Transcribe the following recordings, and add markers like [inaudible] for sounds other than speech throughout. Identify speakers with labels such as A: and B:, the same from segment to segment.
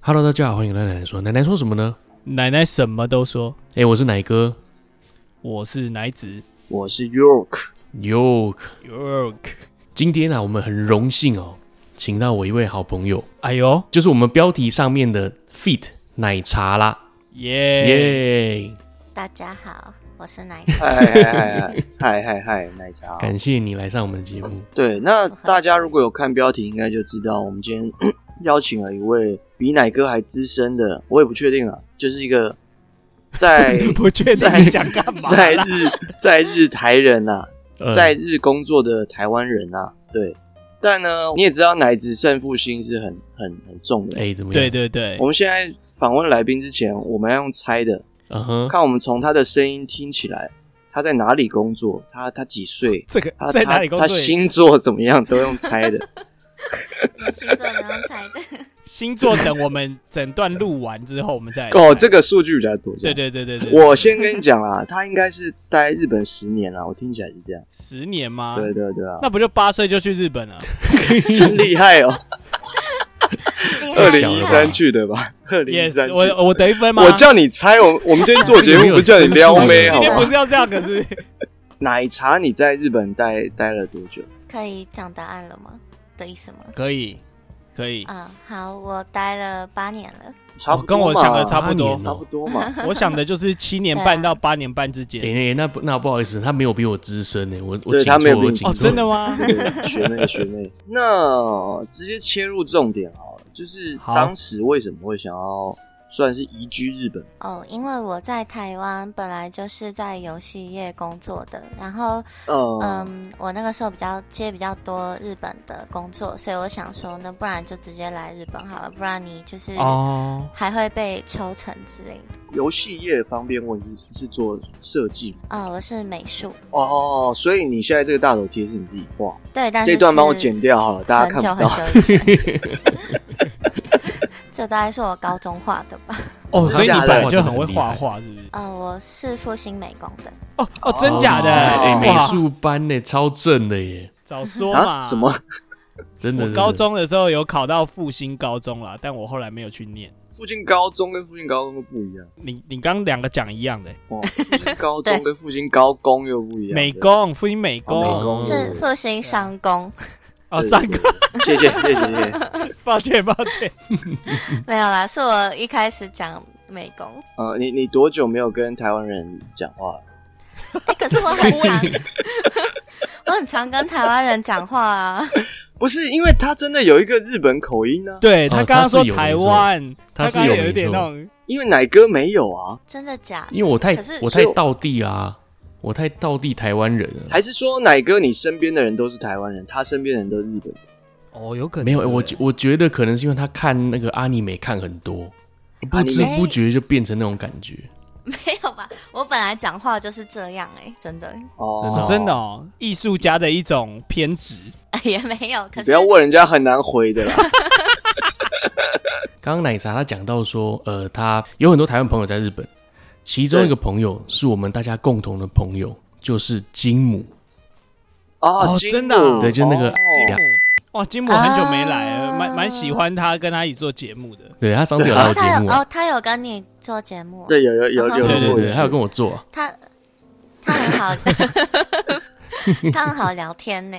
A: Hello，大家好，欢迎来奶奶说。奶奶说什么呢？
B: 奶奶什么都说，
A: 哎、我是奶哥
B: 我是奶子
C: 我是 York，
A: York。
B: York。
A: 今天啊，我们很荣幸哦，请到我一位好朋友，
B: 哎呦，
A: 就是我们标题上面的 Fit 奶茶啦，
B: 耶、
A: 耶、
D: 大家好，我是
C: [laughs]
D: 奶
C: 嗨嗨嗨嗨嗨嗨，奶茶。
A: 感谢你来上我们的节目，
C: 对，那大家如果有看标题，应该就知道我们今天 [coughs] 邀请了一位比奶哥还资深的，我也不确定啊，就是一个在
B: [laughs] 不确定你讲 [laughs] 干嘛
C: 在
B: 啦？
C: 日在日台人呐、
A: 呃
C: 在日工作的台湾人呐、对。但呢，你也知道奶子胜负心是很很很重的。
A: 哎、怎么样？
B: 对对对
C: 我，们现在访问来宾之前，我们要用猜的，
A: 嗯哼，
B: [laughs]
C: [laughs] 看我们从他的声音听起来，他在哪里工作，他他几岁，
B: 这个
C: 他
B: 在哪里
C: 他
B: 工
C: 他
B: 作？
C: 星座怎么样都用猜
B: [laughs]
C: 的。
D: 连星座都能猜
C: [laughs]
D: 的。
B: 星座等我们整段录完之后，我们再来
C: [laughs] 哦，这个数据比较多。
B: 哎对对对对对，
C: 我先跟你讲啦，他应该是待日本十年啦，我听起来是这样。
B: 十年吗？
C: 对对对啊，
B: 那不就八岁就去日
C: [laughs]
B: 本了？
C: 真厉害哦！
B: [laughs]
D: 厉害
C: 二
A: 小
C: 零一
A: 了
C: 三
A: 吧
C: 去的吧？二零一
B: yes，
C: 三，
B: 我我得一分吗？
C: 我叫你猜，我我们今天做节
B: [laughs]
C: 目不是叫你撩妹
B: 今
C: 好
B: 天不
C: 吗？
B: 是要这样，可是
C: 奶茶，你在日本待待了多久？
D: 可以讲答案了吗？的意思吗？
B: [laughs] 可以可以，
D: 啊、好，我待了八年了。
C: 差不
B: 跟
C: 多
B: 我
C: 嘛，
B: 想的差不
A: 八
B: 多
A: 年。
C: 差不多嘛。
B: 我想的就是七年半到八年半之
A: 哎、
B: 间。
A: 哎那不那不好意思，他没有比我资深呢、我我
C: 对
A: 请
C: 他没有
A: 错
C: 比
A: 我
C: 你
A: 请
B: 哦，
A: 错 [laughs]
B: 真的吗？
C: 对 [laughs] 学妹学妹，那直接切入重点好了，就是
B: 好
C: 当时为什么会想要算是移居日本？
D: 哦，因为我在台湾本来就是在游戏业工作的，然后
C: 嗯，
D: 嗯，我那个时候比较接比较多日本的工作，所以我想说，那不然就直接来日本好了，不然你就是
B: 哦，
D: 还会被抽成之类的。
C: 游戏业方便问是是做设计吗
D: 哦，我是美术，
C: 哦，所以你现在这个大头贴是你自己画，
D: 对，但是
C: 这段帮我
D: 是
C: 剪掉好了，大家
D: 很
C: 看
D: 久
C: 不到。
D: 很久以前，这大概是我高中画的吧。
B: 哦，所以你本来
A: 真的
B: 就很会
A: 真的很厉害
B: 画画，是不是？
D: 呃，我是复兴美工的，
B: 哦哦，真假的？
A: 哎、
B: 哇
C: 哦
A: 美术班呢、超正的耶，
B: 早说嘛！
C: 啊？什？么？
A: 真的。
B: 我
A: 真的
B: 高中的时候有考到复兴高中啦，但我后来没有去念。
C: 附近高中跟附近高中都不一样
B: 你你刚两个讲一样的、
C: 哦，附近高
D: 对
C: 中跟附近高工又不一样。
B: 美
C: 对
B: 工复兴美工
C: 哦美工
B: 哦
D: 是复兴
A: 啊
D: 商
A: [laughs]
D: 工，
C: 对
B: 三个，
C: 对对谢谢谢谢谢谢。
B: 抱歉抱
C: [laughs]
B: 歉，
D: 没有啦，是我一开始讲美工。
A: [laughs]
C: 呃，你你多久没有跟台湾人讲话了？
D: 哎、可是我很常， [laughs] 我很常跟台湾人讲话啊。
C: 不是，因为他真的有一个日本口音呢、
B: 对
A: 哦
B: 他刚刚说
A: 他是有
B: 台湾，
A: 他
B: 他
A: 是
B: 刚
A: 有
B: 刚有一点那种
C: 因为奶哥没有啊，
D: 真的
A: [laughs]
D: 假的？
A: 因为我太
D: 可是
A: 我
C: 所以
A: 太
C: 我
A: 道地啦、我太道地台湾人了。
C: 还是说奶哥你身边的人都是台湾人，他身边的人都是日本人？
B: 哦，有可能
A: 没有，我觉我觉得可能是因为他看那个阿尼美看很多，不知
C: 阿尼
D: 美
A: 不觉就变成那种感觉。
D: 没有吧？我本来讲话就是这样哎、真的、 [laughs]
C: 哦，
B: 真的哦，艺术家的一种偏执。
D: 也没有。可
C: 你
D: 是
C: 不要问人家很难回的啦。
A: 刚刚奶茶他讲到说，呃，他有很多台湾朋友在日本，其中一个朋友是我们大家共同的朋友，就是金姆，
C: 哦
B: 哦，
C: 金
B: 真的啊
C: 木
A: 对，就是那个
C: 哦
B: 金姆，哇，金姆很久没来了，
D: 啊
B: 蛮蛮喜欢他跟他一起做节目的。
A: 对他上次有来我
D: 哦，
A: 节
D: 他有
A: 目啊、
D: 哦，他有跟你做节目，
C: 对，有有有有
A: 对
C: 有
A: 对
C: 过一
A: 对，他有
C: 次。
A: 跟我做啊、
D: 他他很
A: [laughs]
D: 好，他很好聊天呢、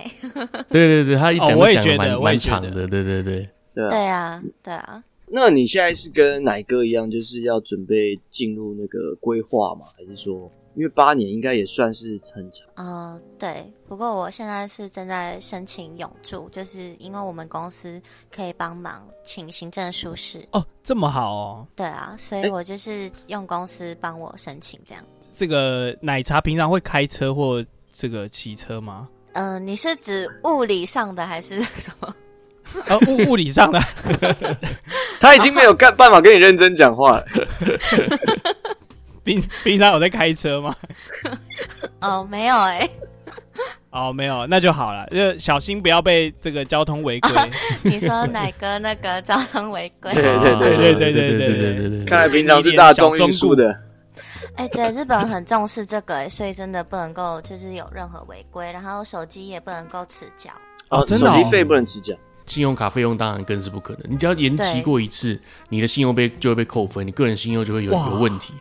A: 对对对，他一
B: 哦
A: 讲
B: 我
A: 就
B: 也
A: 讲得
B: 觉得
A: 蛮
B: 我也
A: 蛮
B: 觉
A: 长
B: 得
A: 的，对对对。
C: 对啊，
D: 对啊，对啊，
C: 那你现在是跟奶哥一样，就是要准备进入那个规划吗？还是说，因为八年应该也算是很长
D: 哦，对。不过我现在是正在申请永住，就是因为我们公司可以帮忙请行政书士，
B: 哦，这么好哦，
D: 对啊，所以我就是用公司帮我申请这样。
B: 这个奶茶平常会开车或这个骑车吗？
D: 嗯、你是指物理上的还是什么？ [laughs]
B: 呃，物物理上的，
C: 他已经没有干办法跟你认真讲话了。
B: 平 [laughs] 平常有在开车吗？
D: 哦，没有哎、
B: 哦，没有，那就好了，就小心不要被这个交通
C: [laughs]
B: 违规。
D: [laughs] 你说哪个那个交通违规？
C: 对
A: 啊
B: 对对
A: 对
B: 对对
A: 对
B: 对
A: 对
B: 对
A: 对对
C: 看来平常是大众运输的，
D: 哎、对，日本很重视这个、哎所以真的不能够就是有任何违规，然后手机也不能够持交。
B: 哦真的哦
C: 手机费不能持缴。
A: 信用卡费用当然更是不可能。你只要延期
D: 对
A: 过一次，你的信用被就会被扣分，你个人信用就会有
B: 哇
A: 有问题。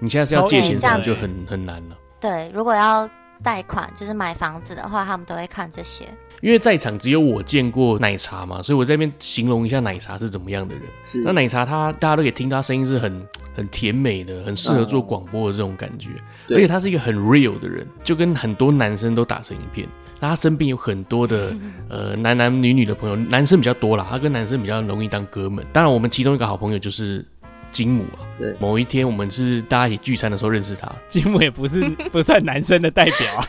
A: 你现在是要借钱什么
D: 这
A: 就
D: 样子
A: 很很难了，
D: 对，如果要贷款，就是买房子的话，他们都会看这些。
A: 因为在场只有我见过奶茶嘛，所以我在这边形容一下奶茶是怎么样的人。
C: 是
A: 那奶茶他大家都可以听他声音是很很甜美的，很适合做广播的这种感觉，而
C: 对
A: 且他是一个很 real 的人，就跟很多男生都打成一片。那他身边有很多
C: [laughs]
A: 的呃男男女女的朋友，男生比较多啦，他跟男生比较容易当哥们。当然，我们其中一个好朋友就是金母啊。
C: 对
A: 某一天我们是大家一起聚餐的时候认识他，
B: 吉姆也不是不算男生的代表
C: [laughs]
B: 啊。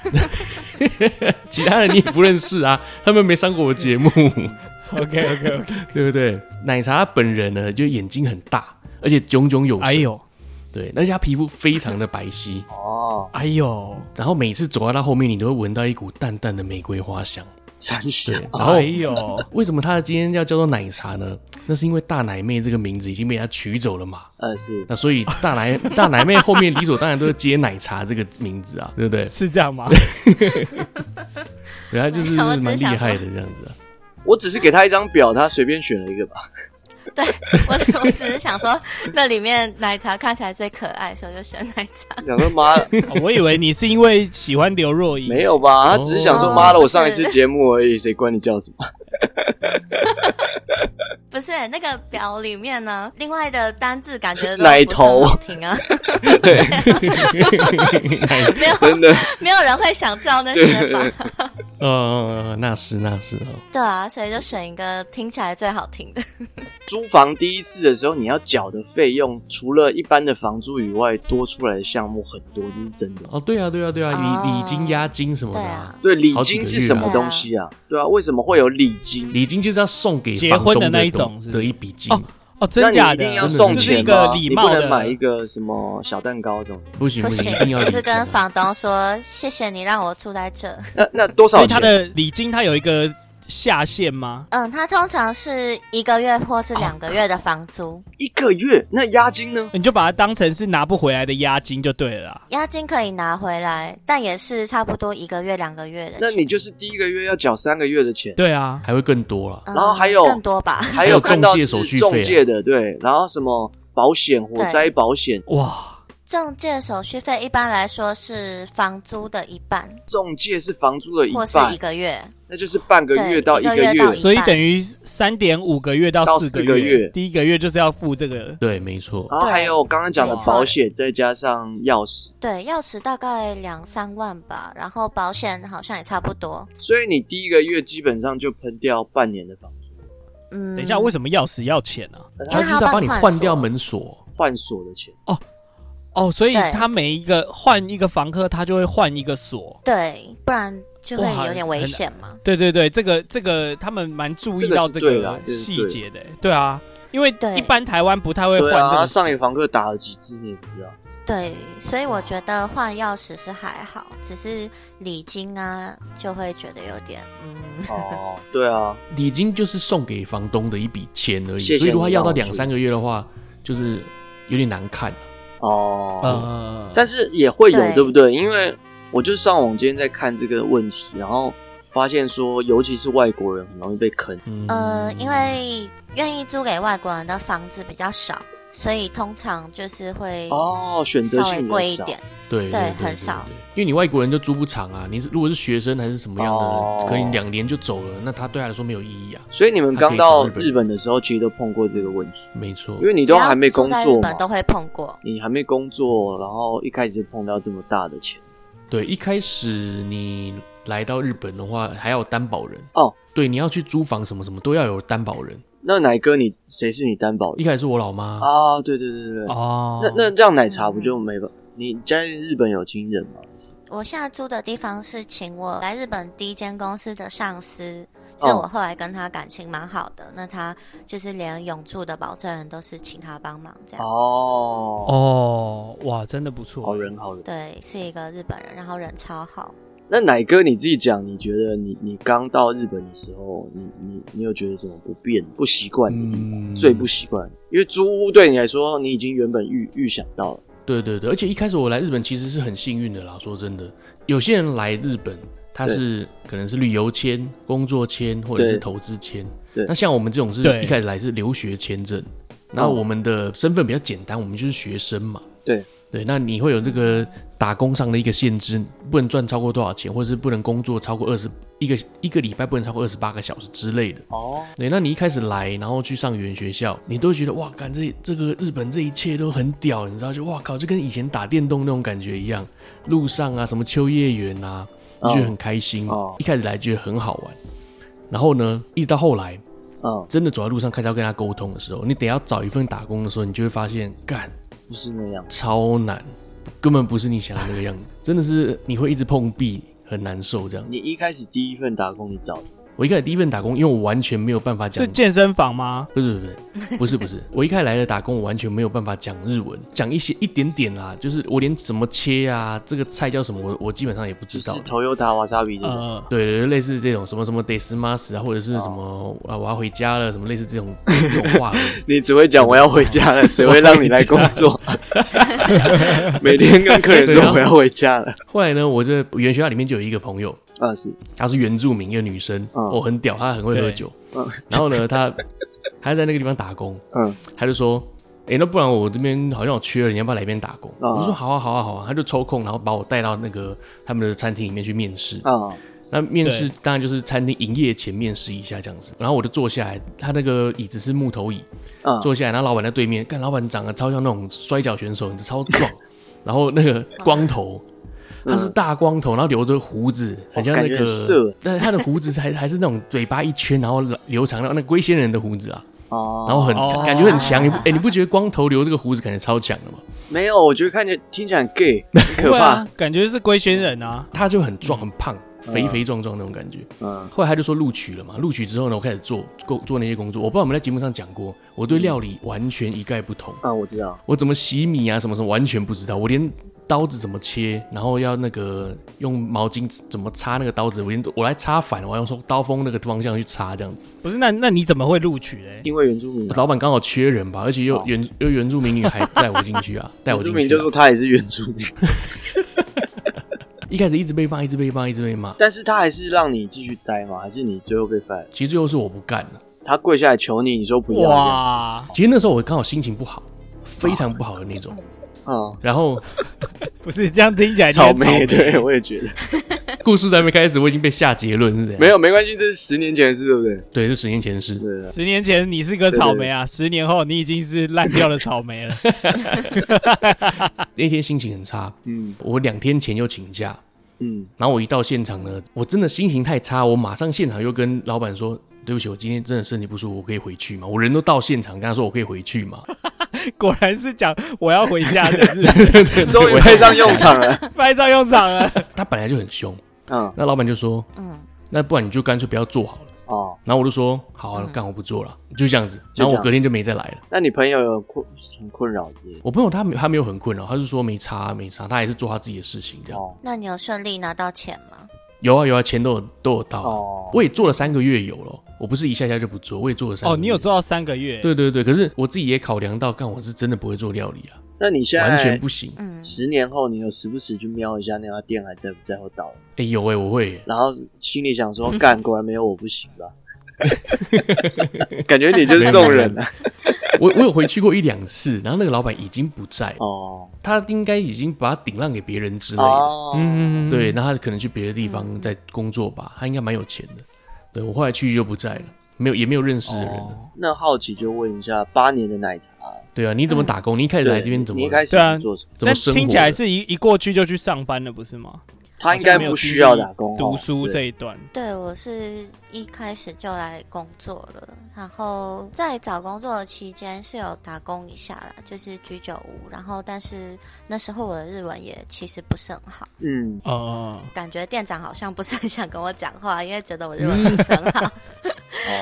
A: 其他人你也不认识啊， [laughs] 他们没上过我节目。
B: [laughs] OK OK OK，
A: 对不对？奶茶本人呢，就眼睛很大，而且炯炯有神。
B: 哎呦
A: 对，而且他皮肤非常的白皙， [laughs]
C: 哦，
B: 哎呦，
A: 然后每次走到他后面，你都会闻到一股淡淡的玫瑰花香。
C: 三
A: 对
C: 峡，
A: 然后
B: 哎呦，
A: 为什么他今天要叫做奶茶呢？那是因为大奶妹这个名字已经被他取走了嘛。
C: 呃是
A: 那所以大奶
B: [laughs]
A: 大奶妹后面理所当然都是接奶茶这个名字啊，对不对？
B: 是这样
C: [laughs]
B: 吗？
A: 原来就是
D: 哎没有我只是
A: 蛮厉
D: 想
A: 害的
D: 说
A: 这样子、啊。 [laughs]
C: 我只是给他一张表，他随便选了一个吧。
D: [laughs] 对我只，我只是想说，那里面奶茶看起来最可爱，所以就选奶茶。
C: 想说妈
B: 哦我以为你是因为喜欢刘若英，
C: 没有吧？他只是想说
D: 哦
C: 妈的，我上一次
D: 是
C: 节目而已，谁管你叫什么？
D: 不是那个表里面呢，另外的单字感觉都
C: 奶
D: 不是很
C: 头
D: 好
C: [laughs]
D: 听啊，
C: 对，
A: 奶
D: 没有
C: 真的
D: 没有人会想叫那些吧？
A: 呃，那是那是哦，
D: 对啊，所以就选一个听起来最好听的。
C: 租房第一次的时候，你要缴的费用，除了一般的房租以外，多出来的项目很多，这是真的。
A: 哦，对啊对啊对啊，礼礼金、押金什么的、
D: 对啊
C: 对，礼
A: 好几
C: 金
A: 个
C: 是
A: 月
C: 什
A: 啊
C: 么东西啊？对啊，为什么会有礼金？
A: 礼金就是要送给
B: 结
A: 房
B: 婚
A: 东
B: 的
A: 的
B: 那一
A: 东
B: 种是不
A: 的
B: 是
A: 一笔金
B: 哦，哦，
C: 那
B: 真
C: 你
B: 假
C: 一
B: 的，
C: 定要
A: 真的
C: 送
B: 这是一
C: 钱
B: 个
C: 吗？
B: 礼
C: 你不
B: 貌
C: 能买一
B: 的，
C: 个什么小蛋糕这种。
A: 不行
D: 不
A: 不行，
D: 行
A: 一定，要
D: 就
A: 礼
D: 是
A: 金
D: 跟房东说，谢谢你让我住在这。
C: 那那多
B: 所
C: 少
B: 以他
C: 钱？
B: 的礼金他有一个下限吗？
D: 嗯，它通常是一个月或是两个月的房租，
C: 一个月？那押金呢？
B: 你就把它当成是拿不回来的押金就对了啦。啊
D: 押金可以拿回来，但也是差不多一个月两个月的
C: 那
D: 钱。嗯
C: 你就是第一个月要缴三个月的钱，
B: 对啊，
A: 还会更多了。
D: 嗯
C: 然后还有
D: 更多吧？
C: 还
A: 有
C: 有看到
A: 中介
C: 是
A: 手续费啊
C: 中介的，对，然后什么保险、火灾保险，
B: 哇，
D: 中介手续费一般来说是房租的一半，
C: 中介是房租的一
D: 或是
C: 半
D: 一，个月。
C: 那就是半个
D: 对
C: 月到
D: 一
C: 个
D: 个月到一
B: 所以等于三点五个月
C: 到
B: 到
C: 四
B: 四
C: 个
B: 个
C: 月
B: 月，第一个月就是要付这个。
A: 对，没错。
C: 然后还有刚刚讲的
D: 没错
C: 保险，再加上钥匙，
D: 对，钥匙大概两三万吧，然后保险好像也差不多。
C: 所以你第一个月基本上就喷掉半年的房租，
D: 嗯，
B: 等一下，为什么钥匙要钱
C: 啊
B: 呢、
D: 因
A: 他
D: 为
A: 就
D: 它要
A: 是要帮你
D: 换
A: 换
D: 锁
A: 掉门锁，
C: 换锁的钱，
B: 哦，所以
D: 对
B: 他每一个换一个房客，他就会换一个锁。
D: 对，不然就会
B: 哇
D: 有点危险嘛。
B: 对对对，这个这个他们蛮注意到这
C: 这个是对啦
B: 个
C: 这个是
B: 细节的、对啊，因为
D: 对
B: 一般台湾不太会换
C: 对啊，
B: 这
C: 他
B: 个
C: 上
B: 锁。
C: 一个房客打了几次你也不知道，
D: 对，所以我觉得换钥匙是还好，只是礼金啊就会觉得有点嗯， [laughs]
C: 哦，对啊，
A: 礼金就是送给房东的一笔钱而已。
C: 谢谢
A: 所以如果他
C: 你
A: 要
C: 让
A: 到
C: 我
A: 两
C: 住
A: 三个月的话，就是有点难看。
C: 哦，
B: 呃，
C: 但是也会有，
D: 对
C: 对不对？因为我就上网今天在看这个问题，然后发现说，尤其是外国人很容易被坑。
A: 嗯，
D: 呃，因为愿意租给外国人的房子比较少，所以通常就是会
C: 哦，选择
D: 稍微
C: 性
D: 贵
C: 的
D: 一
C: 少。
D: 点。
A: 对
D: 对很少
A: 对因为你外国人就租不长啊。你是如果是学生还是什么样的人，
C: 哦
A: 可能两年就走了，那他对他来说没有意义啊。
C: 所以你们刚到
A: 他可以找日本人
C: 日本的时候，其实都碰过这个问题，
A: 没错
C: 因，为你
D: 你
C: 都还没工
D: 在日
C: 作嘛
D: 本，都会碰过。
C: 你还没工作，然后一开始就碰到这么大的钱，
A: 对，一开始你来到日本的话，还要有担保人
C: 哦。
A: 对，你要去租房什么什么都要有担保人。
C: 那奶哥你谁是你担保
A: 一
C: 人
A: 开始是我老妈，
C: 啊？对对对对对，
B: 哦，
C: 那那这样奶茶不就没
D: 嗯
C: 办？你在日本有亲人吗？
D: 我现在住的地方是请我来日本第一间公司的上司，是我后来跟他感情蛮好的。那他就是连永住的保证人都是请他帮忙这样。
C: 哦，
B: 哦，哇，真的不错。
C: 好人好人。
D: 对，是一个日本人，然后人超好。
C: 那奶哥你自己讲，你觉得你你刚到日本的时候，你你你有觉得什么不便、不习惯的地方？
A: 嗯
C: 最不习惯，因为租屋对你来说，你已经原本预预想到了。
A: 对对对，而且一开始我来日本其实是很幸运的啦，说真的，有些人来日本。它是可能是旅游签、工作签或者是
C: 对
A: 投资签。
C: 对哦
A: 那像我们这种是
B: 对
A: 一开始来是留学签证，那我们的身份比较简单，我们就是学生嘛。
C: 对
A: 对，那你会有这个打工上的一个限制，不能赚超过多少钱，或者是不能工作超过二十一个一个礼拜不能超过二十八个小时之类的。
C: 哦，
A: 对，那你一开始来，然后去上语言学校，你都会觉得哇，干这这个日本这一切都很屌，你知道就哇靠，就跟以前打电动那种感觉一样，路上啊，什么秋叶原啊，就觉得很开心。
C: 哦
A: 一开始来觉得很好玩，然后呢，一直到后来
C: 嗯，
A: 真的走在路上开始要跟他沟通的时候，你得要找一份打工的时候，你就会发现干
C: 不是那样，
A: 超难，根本不是你想的那个样子，真的是你会一直碰壁，很难受这样。
C: 你一开始第一份打工你找什么？
A: 我一开始第一份打工，因为我完全没有办法讲
B: 是健身房吗？
A: 不是不是不是不是不是，我一开始来的打工，我完全没有办法讲日文，讲一些一点点啦，就是我连怎么切啊，这个菜叫什么，我我基本上也不
C: 只
A: 知
C: 是
A: 道。嗯
C: Toyota Wasabi 的，
B: 呃，
A: 对对，对类似这种什么什么 des mas 啊，或者是什么啊我要回家了，什么类似这种这种话而已。
C: 你只会讲我要回
A: [laughs]
C: 家了，谁会让你来工作？ [laughs] 每天跟客人
A: 对
C: 说
A: 啊
C: 我要回家了，
A: 后来呢，我这语言学校里面就有一个朋友，
C: 啊是，
A: 她是原住民一个女生，
C: 嗯
A: 哦很屌，她很会喝
B: 对
A: 酒
C: 嗯。
A: 然后呢，她她在那个地方打工，
C: 嗯，
A: 他就说：“哎、那不然我这边好像有缺人，你要不要来这边打工？”
C: 啊
A: 我就说：“好啊，好啊，好啊。”他就抽空，然后把我带到那个他们的餐厅里面去面试。
C: 啊
A: 那面试当然就是餐厅营业前面试一下这样子。然后我就坐下来，他那个椅子是木头椅，
C: 啊，
A: 坐下来，然后老板在对面，看老板长得超像那种摔跤选手，你知道超
C: [laughs]
A: 壮，然后那个光头。他是大光头，然后留着胡子，很像那
C: 嗯哦感觉
A: 个
C: 很色，
A: 但是他的胡子是还还是那种嘴巴一圈，然后留长的那龟仙人的胡子啊，
C: 哦
A: 然后很、
B: 哦
A: 感觉很强，你不哎、你不觉得光头留这个胡子感觉超强的吗？
C: 没有，我觉得看起来听起来很
A: [laughs]
C: gay，很可
B: 对
C: 怕
B: 啊，，感觉是龟仙人啊。
A: 他就很壮很胖，肥肥壮壮那种感觉。
C: 嗯
A: 后来他就说录取了嘛，录取之后呢，我开始做做做那些工作。我不知道我们在节目上讲过，我
C: 嗯
A: 对料理完全一概不同，
C: 啊，我知道，
A: 我怎么洗米啊什么什么完全不知道，我连刀子怎么切，然后要那个用毛巾怎么擦那个刀子，我连我来擦反了，我要用刀锋那个方向去擦这样子。
C: 嗯
B: 不是，那那你怎么会录取嘞？
C: 因为原住民啊，
A: 老板刚好缺人吧，而且又
C: 哦
A: 原又原住民女孩带我进去
C: [laughs]
A: 啊，带我
C: 原
A: 进
C: 住
A: 去啊、
C: 民就说他也是原住民，
A: 一开始一直被骂，一直被骂，一直被骂。
C: 但是他还是让你继续待吗？还是你最后被 fire？
A: 其实最后是我不干了。
C: 他跪下来求你，你说不要这样，
B: 哇，
A: 其实那时候我刚好心情不好，非常不好的那种。
C: 嗯，
A: 然后
B: 不是这样听起来
C: 草
B: 你也
C: 莓，对我也觉得，
A: 故事还没开始，我已经被下结论是这样。
C: 没有没关系，这是十年前的事，对不对？
A: 对，是十年前的事。
C: 对，啊
B: 十年前你是个草莓啊，十年后你已经是烂掉的草莓了。
A: 那天心情很差，
C: 嗯
A: 我两天前又请假，
C: 嗯，
A: 然后我一到现场呢，我真的心情太差，我马上现场又跟老板说。对不起，我今天真的身体不舒服，我可以回去吗？我人都到现场，跟他说我可以回去吗？
B: 果然是讲我要回
A: [laughs]
B: 家的是
A: 对对对
C: [laughs] 终于
A: 嗯 [laughs] 我
C: 派上用
A: [laughs]
C: 场了，
B: 派上用场了。
A: 他本来就很凶，
C: 嗯
A: 那老板就说
D: 嗯，：“
A: 那不然你就干脆不要做好了。
C: 哦，”
A: 然后我就说：“好啊，干我不做了。”就这样子。
C: 就这
A: 然
C: 样
A: 后我隔天就没再来了。
C: 那你朋友有困很困扰之类的
A: 我朋友他没他没有很困扰，他是说没差没差，他还是做他自己的事情这样。
C: 哦
D: 那你有顺利拿到钱吗？
A: 有啊有啊，钱都有都有到啊、
C: 哦，
A: 我也做了三个月有了，我不是一下下就不做，我也做了三个
B: 哦，
A: 月。
B: 你有？做到三个月，
A: 对对对，可是我自己也考量到，干我是真的不会做料理啊，
C: 那你现
A: 完全
C: 在
A: 不行。
D: 嗯，
C: 十年后，你有时不时去瞄一下那家店还在不在或倒了，
A: 哎、有哎、我会耶、
C: 然后心里
A: [laughs]
C: 想说，干，果然没有我不行吧。 [laughs] 感觉你就是这种人啊！
A: 我我有回去过一两次，然后那个老板已经不在，
C: 哦
A: 他应该已经把它顶让给别人之类的。
C: 哦，嗯
B: 嗯，嗯，
A: 对，
B: 嗯
A: 那他可能去别的地方在工作吧，他应该蛮有钱的。对我后来去就不在了，没有也没有认识的人了。
B: 哦
C: 那好奇就问一下，八年的奶茶，
A: 对啊，你怎么打工？你一开始来
C: 嗯对，
A: 这边怎么
C: 你一开始
B: 对啊
C: 是做什么？
A: 怎
B: 但
A: 么生活的？
B: 听起来是一一过去就去上班了，不是吗？
C: 他应该不需要打工哦，
B: 读书
C: 对
B: 这一段，
D: 对，我是一开始就来工作了，然后在找工作的期间是有打工一下啦，就是居酒屋，然后但是那时候我的日文也其实不是很好，
C: 嗯，
B: 哦，
D: 感觉店长好像不是很想跟我讲话，因为觉得我日文不是很好，
C: 哦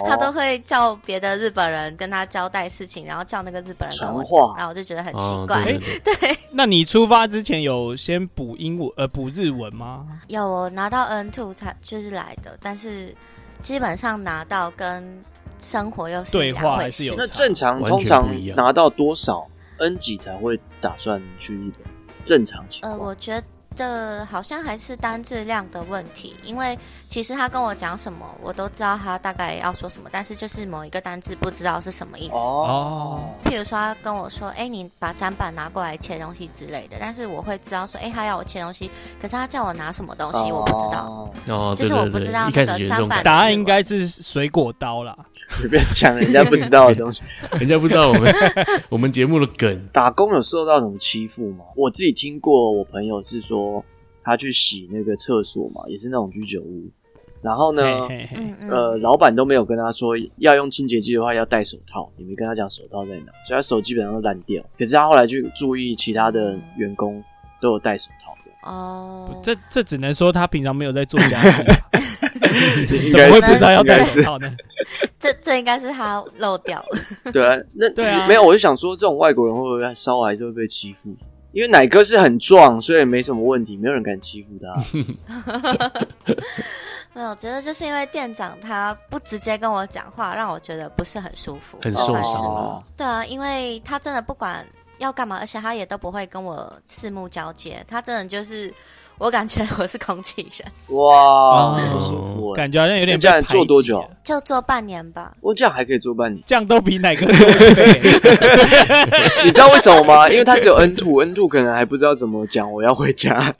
D: 他都会叫别的日本人跟他交代事情，然后叫那个日本人跟
C: 传
D: 我
C: 话
D: 讲，然后我就觉得很奇
A: 哦，
D: 怪。
A: 对对对
B: 那你出发之前有先补英文呃补日文吗？
D: 有我拿到 N two 才就是来的，但是基本上拿到跟生活又是
B: 对话
D: 两回
B: 还是
D: 事
B: 有。
C: 那正常
A: 完全
C: 通常
A: 不一样
C: 拿到多少 N 几才会打算去日本？正常情
D: 呃，
C: 况，
D: 我觉的好像还是单质量的问题，因为其实他跟我讲什么，我都知道他大概要说什么，但是就是某一个单字不知道是什么意思。
A: 哦，
D: 譬如说他跟我说，哎、你把砧板拿过来切东西之类的，但是我会知道说，哎、他要我切东西，可是他叫我拿什么东西，我不知道。
C: 哦，
B: 哎
A: 哦，
D: 就
A: 对
D: 是我
A: 对
D: 不
A: 对
D: 知道，
A: 一
D: 那
A: 开始
D: 个
A: 有这
D: 砧
A: 种
D: 板
A: 感
B: 答案应该是水果刀啦。
C: 随便讲人家不知道的东西。 [laughs]
A: 觉， [laughs] 人家不知道我们我们节目的梗
C: 打工有受到什么欺负吗？我自己听过，我朋友是说他去洗那个厕所嘛，也是那种居酒屋，然后呢，
B: 嘿嘿嘿
D: 嗯嗯，
C: 呃，老板都没有跟他说要用清洁剂的话要戴手套，也没跟他讲手套在哪，所以他手基本上都烂掉。可是他后来去注意其他的员工都有戴手套，这样
D: 哦，
B: 这这只能说他平常没有在做家事吧，
C: [laughs] 应
B: 怎么
C: 该
B: 会
C: 是
B: 不知道要
C: 应该
B: 戴
C: [laughs] 是
B: 手套呢？
D: 这这应该是他漏掉了。 [laughs]
C: 对啊，那
B: 对啊
C: 没有，我就想说这种外国人会不会稍微还是会被欺负？因为奶哥是很壮，所以没什么问题，没有人敢欺负他。
D: 没有，我觉得就是因为店长他不直接跟我讲话，让我觉得不是很舒服，
A: 很
D: 麻
A: [laughs] 受
D: 烦
A: 伤
D: 是
C: 哦
D: 对啊，因为他真的不管要干嘛，而且他也都不会跟我四目交接，他真的就是我感觉我是空气人，
C: 哇，
B: 哦
C: 不舒服哎、
B: 感觉好像有点
C: 那这样
B: 被排
C: 做多
B: 挤
C: 久啊
B: 了？
D: 就做半年吧。
C: 我这样还可以做半年，
B: 这样都比哪个多对
C: [laughs] 你知道为什么吗？因为他只有 N two N two 可能还不知道怎么讲我要回家，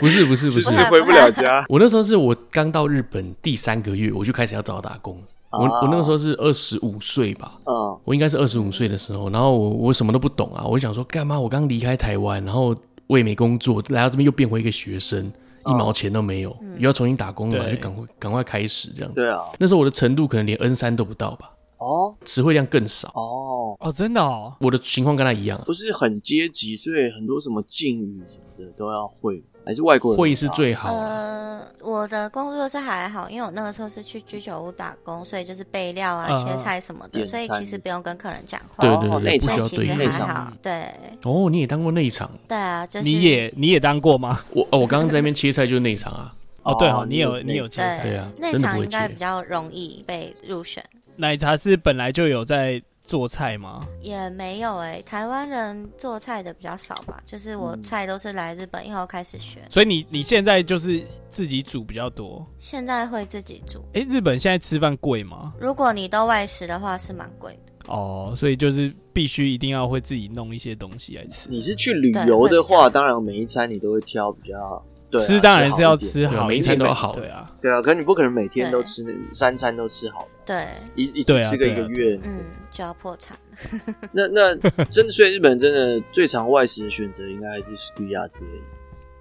A: 不是 [laughs] 不是不
C: 只
A: 是
C: 是，
D: 啊
C: 回不了家。
A: 我那时候是我刚到日本第三个月，我就开始要找打工了。我
C: 哦
A: 我那个时候是二十五岁吧，
C: 嗯，
A: 我应该是二十五岁的时候，然后我我什么都不懂啊，我就想说干嘛？我刚离开台湾，然后我也没工作，来到这边又变回一个学生，一
D: 哦
A: 毛钱都没有，
D: 嗯
A: 又要重新打工了嘛，
B: 对
A: 就赶快赶快开始这样子。
C: 对啊，
A: 那时候我的程度可能连 N 三都不到吧，
C: 哦
A: 词汇量更少。
C: 哦，
B: 哦，真的哦，
A: 我的情况跟他一样啊，
C: 不是很阶级，所以很多什么敬语什么的都要会，还是外国人
A: 会议是最好啊。
D: 呃，我的工作是还好，因为我那个时候是去居酒屋打工，所以就是备料啊、
B: 嗯
D: 切菜什么的，
C: 点
D: 所以
C: 餐
D: 其实不用跟客人讲话。
A: 对
C: 哦
A: 对对，
C: 内
A: 不
D: 所
A: 需
D: 以
A: 要
D: 其实
A: 对
C: 内
D: 还
C: 场
D: 好，对
A: 哦，你也当过内场？
D: 对啊，就是
B: 你也你也当过吗？ [laughs]
A: 我哦，我刚刚在那边切菜就是内场啊。
B: 哦，对
C: 哦
B: 哦，你有你
C: 你也
B: 有
C: 是
B: 切
D: [laughs] 对
B: 菜。
A: 对啊
D: 内
A: 真的不
D: 场
A: 会
D: 应该
A: 切
D: 比较容易被入选。
B: 奶茶是本来就有在做菜吗？
D: 也没有哎、台湾人做菜的比较少吧，就是
A: 嗯
D: 我菜都是来日本以后开始学，
B: 所以你你现在就是自己煮比较多。
D: 现在会自己煮。
B: 哎，日本现在吃饭贵吗？
D: 如果你都外食的话，是蛮贵的。
B: 哦，所以就是必须一定要会自己弄一些东西来吃。
C: 你是去旅游的
D: 对会比较
C: 话，
D: 好
C: 当然每一餐你都会挑比较对啊、
B: 吃当然是要
C: 好一点
B: 吃
A: 对啊
B: 好
A: 每一餐都要好
B: 对啊，
C: 对啊，可是你不可能每天都吃那三餐都吃好的，
D: 对，
C: 一一
B: 对
C: 次
B: 啊
C: 吃个一个月。
D: 嗯，就要破产了。
C: 那那真的，所以日本人真的最常外食的选择应该还是 s u y a 之类的，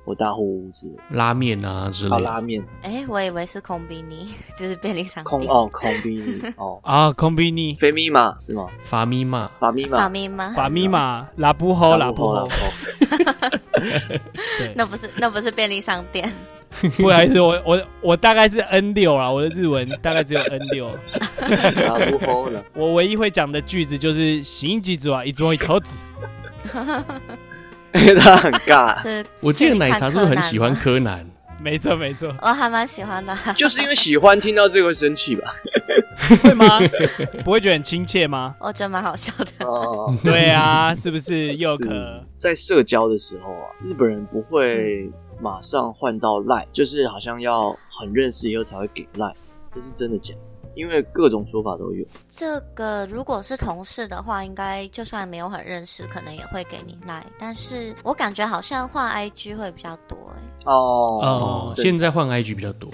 C: 或大货屋之类的，
A: 拉面啊之
C: 还
A: 类
C: 有
A: 的
C: 拉。面、
D: 哎、我以为是空比尼， [laughs] 就是便利商
C: 空
D: 店。
C: 哦空逼哦，
B: 啊，空比尼、
C: 菲米玛是吗？
A: 法咪嘛，
C: 法米
D: 法
C: 玛。
D: 咪吗？
B: 法咪玛、拉布吼、拉布
C: 拉
B: 吼
C: 布，吼
B: 对，
D: 那不是那不是便利商店，
B: 不好意思，我我我大概是 N 六啦，我的日文大概只有 N 六。
C: 拉布吼了。
B: 我唯一会讲的句子就是“行几组啊，一桌一头子
C: 他很尬，
D: 是。
A: 啊我记得
D: 是你
A: 奶
D: 看
A: 茶是不是
D: 柯
A: 很
D: 南
A: 喜欢
D: 吗？
A: 柯南？”，
B: 没错没错，
D: 我还蛮喜欢的。
C: 就是因为喜欢听到这个会生气吧？
B: 会
C: [laughs]
B: 吗？不会觉得很亲切吗？
D: 我觉得蛮好笑的，
C: 哦，
B: 对
C: [laughs]
B: 啊，是不是又可
C: 是在社交的时候啊，日本人不会马上换到赖，就是好像要很认识以后才会给赖，这是真的假的？因为各种说法都有。
D: 这个如果是同事的话，应该就算没有很认识，可能也会给你赖。但是我感觉好像换 IG 会比较多、欸，
C: 哦
B: 哦
A: 哦，
C: 正
A: 现在换 IG 比较多。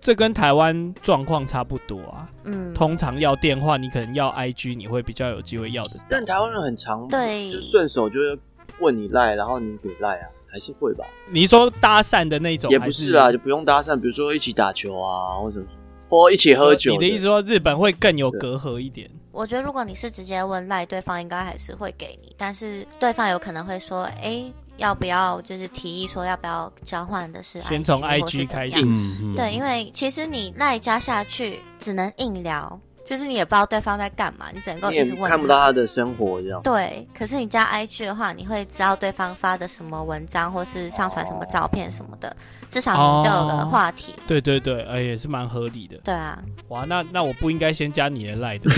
B: 这跟台湾状况差不多啊？
D: 嗯，
B: 通常要电话，你可能要 IG，你会比较有机会要的。
C: 但台湾人很常
D: 对
C: 就顺手就是问你赖，然后你给赖啊，还是会吧？
B: 你说搭讪的那种
C: 也不
B: 是
C: 是啦，啊就不用搭讪，比如说一起打球啊，或者什么，或一起喝酒。
B: 你的意思说日本会更有隔阂一点？
D: 我觉得如果你是直接问赖，对方应该还是会给你，但是对方有可能会说，哎，要不要就是提议说要不要交换的是 IG,
B: 先从
D: 或是
B: IG
D: 怎么样
B: 开始
A: 嗯，
D: 对，因为其实你赖加下去只能硬聊，就是你也不知道对方在干嘛，你只能够
C: 你
D: 一
C: 也
D: 直问，
C: 看不到。他的生活
B: [laughs]
C: 这样。
D: 对，可是你加 IG 的话，你会知道对方发的什么文章，或是上传什么照片什么的，至少你们就有个话题。
B: 对对对，哎、也是蛮合理的。
D: 对啊，
B: 哇，那那我不应该先加你的
C: [laughs]
B: 赖的，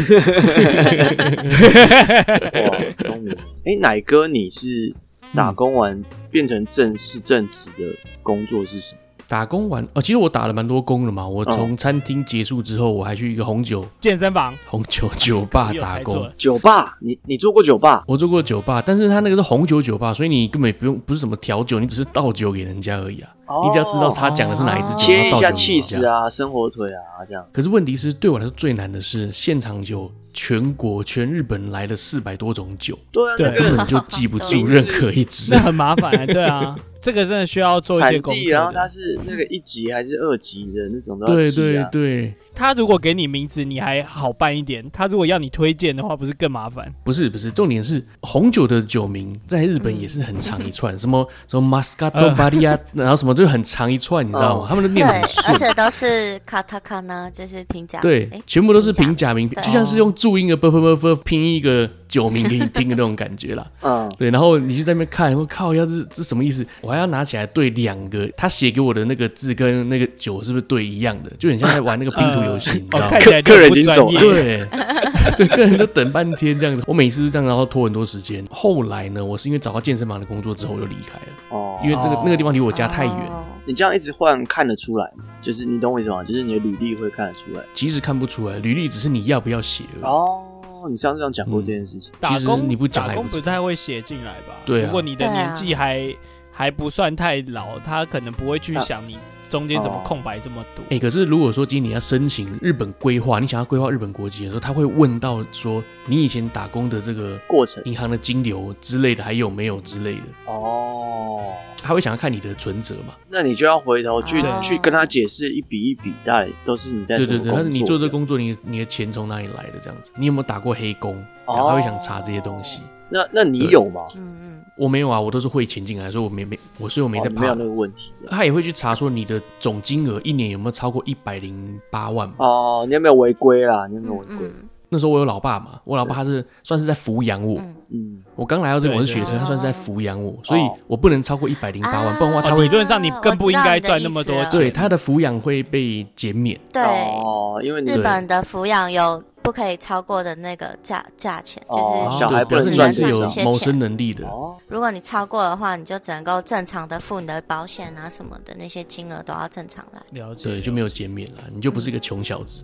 B: 嗯
C: 哇，聪明！哎，奶哥，你是打工完变成正式正职的工作是什么？
A: 打工完哦，其实我打了蛮多工的嘛。我
C: 嗯
A: 从餐厅结束之后，我还去一个红酒
B: 健身房
A: 红酒酒吧
B: 又
A: 打
B: 猜错
A: 工
B: 了。
C: 酒吧，你你做过酒吧？
A: 我做过酒吧，但是他那个是红酒酒吧，所以你根本不用不是什么调酒，你只是倒酒给人家而已啊。你只要知道他讲的是哪一支酒，
C: 切
A: 然
C: 一
A: 后
C: 下
A: 哦倒酒给
C: 气
A: 人
C: 势
A: 家。
C: 啊，生火腿啊，这样。
A: 可是问题是，对我来说最难的是现场酒，全国全日本来了四百多种酒，
C: 对啊，
B: 对
C: 那
A: 根
C: 个
A: 本就记不
D: 名
A: 住
C: 字
A: 任何一支
B: [laughs] 那。很麻烦、欸，对啊，这个真的需要做一些
C: [laughs] 产
B: 功
C: 地，然
B: 课
C: 后它
B: 的。
C: 是那个一级还是二级的那种都要
A: 对
C: 记
A: 对
C: 啊。
A: 对，
B: 他如果给你名字，你还好办一点；他如果要你推荐的话，不是更麻烦？
A: 不是不是，重点是红酒的酒名在日本也是很长一串，什么什么 Moscato
B: 呃
A: Baria，然后什么就很长一串，你知道吗
C: 哦？
A: 他们都
D: 对
A: 念很，
D: 而
A: 顺，
D: 且都是卡塔卡呢，就是平假
A: 对
D: 诶，
A: 全部都是
D: 平
A: 平假名，
D: 对
A: 就像是用注音的 b b b b 拼一个酒名给你听的那种感觉啦。
C: 嗯，
A: 对，然后你就在那边看，我靠，要这这什么意思？我还要拿起来对两个他写给我的那个字跟那个酒是不是对一样的，就很像在玩那个拼图游戏，你知道，
B: 哦
A: 吗
B: 看？起来就
C: 客人
B: 不
C: 已经
B: 专
C: 走了
B: 业
A: 对，啊 [laughs] 对，个人都等半天这样子。我每次都这样，然后拖很多时间。后来呢，我是因为找到健身房的工作之后，我就离开了，
C: 哦，
A: 因为那个
B: 哦
A: 那个地方离我家太远，
D: 哦
C: 你这样一直换看得出来吗，就是你懂我意思吗？就是你的履历会看得出来。
A: 其实看不出来，履历只是你要不要写而已。
C: 哦，你上次这样讲过这件事情。
B: 打
A: 其实
B: 工
A: 你不讲
B: 打
A: 还
B: 工
A: 不知
B: 不
A: 道
B: 太会写进来吧？
A: 对啊
B: 如果你的
D: 对啊
B: 年纪还还不算太老，他可能不会去
C: 啊
B: 想你中间怎么
C: 哦
B: 空白这么多。
A: 哎、可是如果说今天你要申请日本规划，你想要规划日本国籍的时候，他会问到说你以前打工的这个
C: 过程
A: 银行的金流之类的还有没有之类的，
C: 哦，
A: 他会想要看你的存折嘛？
C: 那你就要回头去
D: 哦
C: 去跟他解释一笔一笔，大概都是你在
A: 对
C: 什么
A: 对对，
C: 工作。
A: 但是你做这工作，你你的钱从哪里来的这样子？你有没有打过黑工？这样他会想查这些东西。
C: 那那你有吗？
D: 嗯嗯，
A: 我没有啊，我都是汇钱进来，所以我没没我，所以我没
C: 哦
A: 在
C: 你没
A: 怕。
C: 有那个问题啊的
A: 他也会去查说你的总金额一年有没有超过一百零八万嘛？
C: 哦，你有没有违规啦？你有没有违
D: 嗯
C: 规？
D: 嗯
A: 那时候我有老爸嘛，我老爸他是算是在抚养我。
D: 嗯
C: 嗯，
A: 我刚来到这个
B: 对
A: 我是学生，
D: 对
A: 他算是在抚养我，所以我不能超过一百零八万，
D: 啊
A: 不然的话他
B: 哦
A: 会
B: 理论上你更不应该赚那么多
D: 我
C: 啊
D: 知道你的意思了
A: 对他的抚养会被减免。
D: 对，
C: 哦，因为你
D: 日本的抚养有不可以超过的那个价价钱，就
C: 哦
D: 是
C: 小孩
A: 对表
C: 不能
A: 示
D: 只能
A: 你是
C: 赚
A: 有
D: 一些
A: 谋
D: 钱
A: 生能力的。
C: 哦，
D: 如果你超过的话，你就只能够正常的付你的保险啊什么的，那些金额都要正常来。
B: 了解，
A: 对，就没有减免了，你就不是一个穷小子。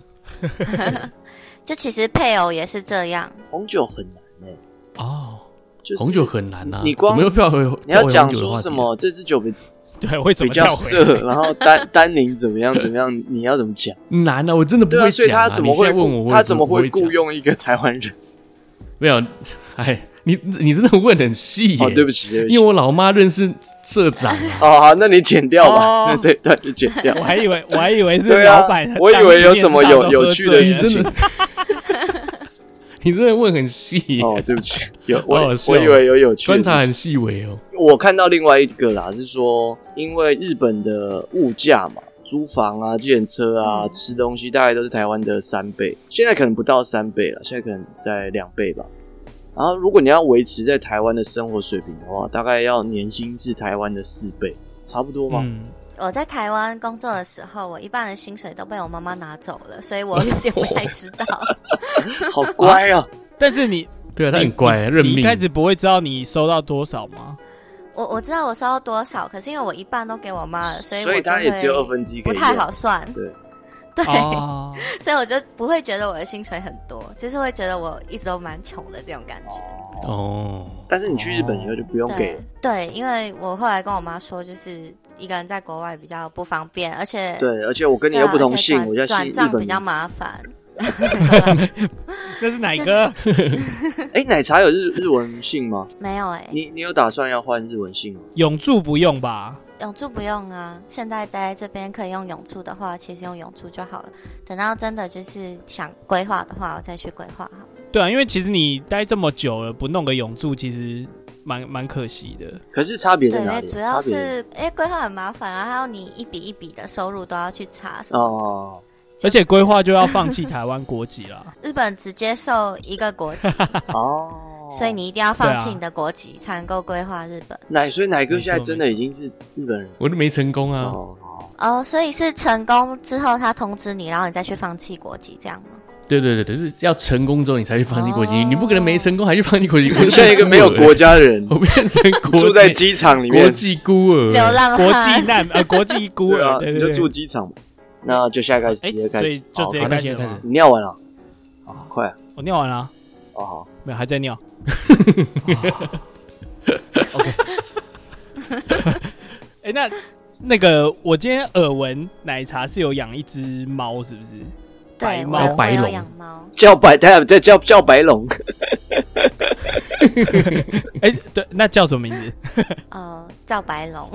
D: 就其实配偶也是这样，
C: 红酒很难诶，
A: 哦，
C: 嗯就是
A: 红酒很难呐、啊，
C: 你光
A: 怎么又跳回
C: 你
A: 跳回
C: 要
A: 红
C: 讲
A: 酒的
C: 说
A: 话题
C: 什
A: 啊
C: 么？这支酒比
B: 对，为什
C: 比
B: 么
C: 较
B: 跳回来？
C: 涩，然后单单宁怎么样怎么样？你要怎么讲？
A: 难啊？我真的不
C: 对
A: 会
C: 啊，所以
A: 讲、啊
C: 他怎么
A: 你现
C: 会
A: 在问我，我
C: 雇
A: 也
C: 他
A: 不
C: 怎么
A: 不会
C: 会
A: 讲
C: 雇佣一个台湾人？
A: 没有， [laughs] 哎，你你真的问得很细耶、
C: 哦，对不起，对不起
A: 因为。我老妈认识社长啊，
C: [laughs] 哦，好，那你剪掉吧，
B: 哦
C: [laughs] 那这一段就剪掉。
B: [laughs] 我还以为我还以为是
C: 对啊
B: 老板当面
C: 我
B: 面试
C: 以
B: 到时候喝醉了，
C: 为有什么有有趣的
A: 你
C: 事
A: 真的， [laughs] 你真的问很细耶、
C: 哦，对不起，有
A: 好
C: 我
A: 好笑
C: 我以为有有趣的
A: 观察
C: 事情
A: 很细微哦。
C: 我看到另外一个啦，是说因为日本的物价嘛，租房啊、建车啊、
D: 嗯
C: 吃东西，大概都是台湾的三倍，现在可能不到三倍了，现在可能在两倍吧。然后，如果你要维持在台湾的生活水平的话，大概要年薪是台湾的四倍，差不多吗？ [laughs]
B: 嗯，
D: 我在台湾工作的时候，我一半的薪水都被我妈妈拿走了，所以我有点不太知
C: [laughs]
D: 道。
C: 好乖啊！
B: 但是你
A: 对啊，他很
B: 你
A: 乖、认
B: 你一
A: 命。
B: 开始不会知道你收到多少吗？
D: 我我知道我收到多少，可是因为我一半都给我妈了，
C: [laughs]
D: 以
C: 所
D: 我
C: 以
D: 就
C: 它也只有
D: 会
C: 二分之一可
D: 不
C: 以
D: 太
C: 用
D: 好。算。
C: 对
D: 对，
C: 啊
B: [laughs] 哦，
D: 所以我就不会觉得我的薪水很多，就是会觉得我一直都蛮穷的这种感觉。
A: 哦，
C: 但是你去日本以后就不用给
D: 对
C: 了，
D: 对，因为我后来跟我妈说，就是一个人在国外比较不方便，而且
C: 对，而且我跟你
D: 对
C: 又
D: 啊
C: 不同
D: 而且
C: 姓，
D: 转
C: 我叫姓
D: 转
C: 日
D: 账
C: 本
D: 比较
C: 名字。
D: 麻烦。
C: [laughs]
B: 那是哪个？
C: 哎，奶茶有日日文姓吗？
D: 没有哎、
C: 你你有打算要换日文姓吗？
B: 永驻不用吧？
D: 永住不用啊。现在待在这边可以用永住的话，其实用永住就好了。等到真的就是想规划的话，我再去规划好。
B: 对啊，因为其实你待这么久了，不弄个永驻，其实蛮蛮可惜的。
C: 可是差别
D: 对，
C: 在
D: 因
C: 哪
D: 为
C: 里？啊
D: 主
C: 差
D: 要
C: 别在哪里
D: 是因为规划很麻烦啊，还有你一笔一笔的收入都要去查什么的。
C: 哦，
B: 而且规划就要放弃台湾国籍
D: [laughs]
B: 啦。
D: 日本只接受一个
B: [laughs]
D: 国籍，
C: 哦，
D: [laughs] 所以你一定要放
B: 对
D: 弃
B: 啊
D: 你的国籍才能够规划日本。
C: 奶，所以奶哥现在真的已经是日本人
A: 我都没成功
B: 嗯
A: 啊。
C: 哦， [laughs]
D: 哦，所以是成功之后他通知你，然后你再去放弃国籍，这样吗？
A: 对对对对，就是要成功之后你才去放弃国籍，你不可能没成功还去放弃国籍。
C: [laughs] 我像哦一个没有国家的
A: [laughs]
C: 人，
A: 我变成国
C: 住在
A: 内
C: 机场里
A: 国
C: 面，
A: 际孤儿，
D: 流浪
B: 国际
D: 汉，
B: 难呃国际孤
C: 对啊
B: 儿，，对对
C: 你就
B: 对，
C: 住机场嘛。那就现在开始，
B: 哎
C: 直接开
B: 所以
C: 始，哦
B: 就直接
A: 好那
B: 开
A: 现
B: 始
A: 在开
B: 了
A: 始
B: 吗。
C: 你尿完了啊，快啊
B: 我尿完了啊，
C: 哦好，
B: 没有还在尿。
A: [laughs] OK
B: [laughs] 哎，那那个我今天耳闻奶茶是有养一只猫，是不是？白
D: 对，
B: 猫
D: 我有我
A: 哦白
D: 有
A: 龙
D: 养猫，
C: 叫白，等下再叫叫白龙，
B: 哎，对，那叫什么名字？
D: 呃，叫白龙，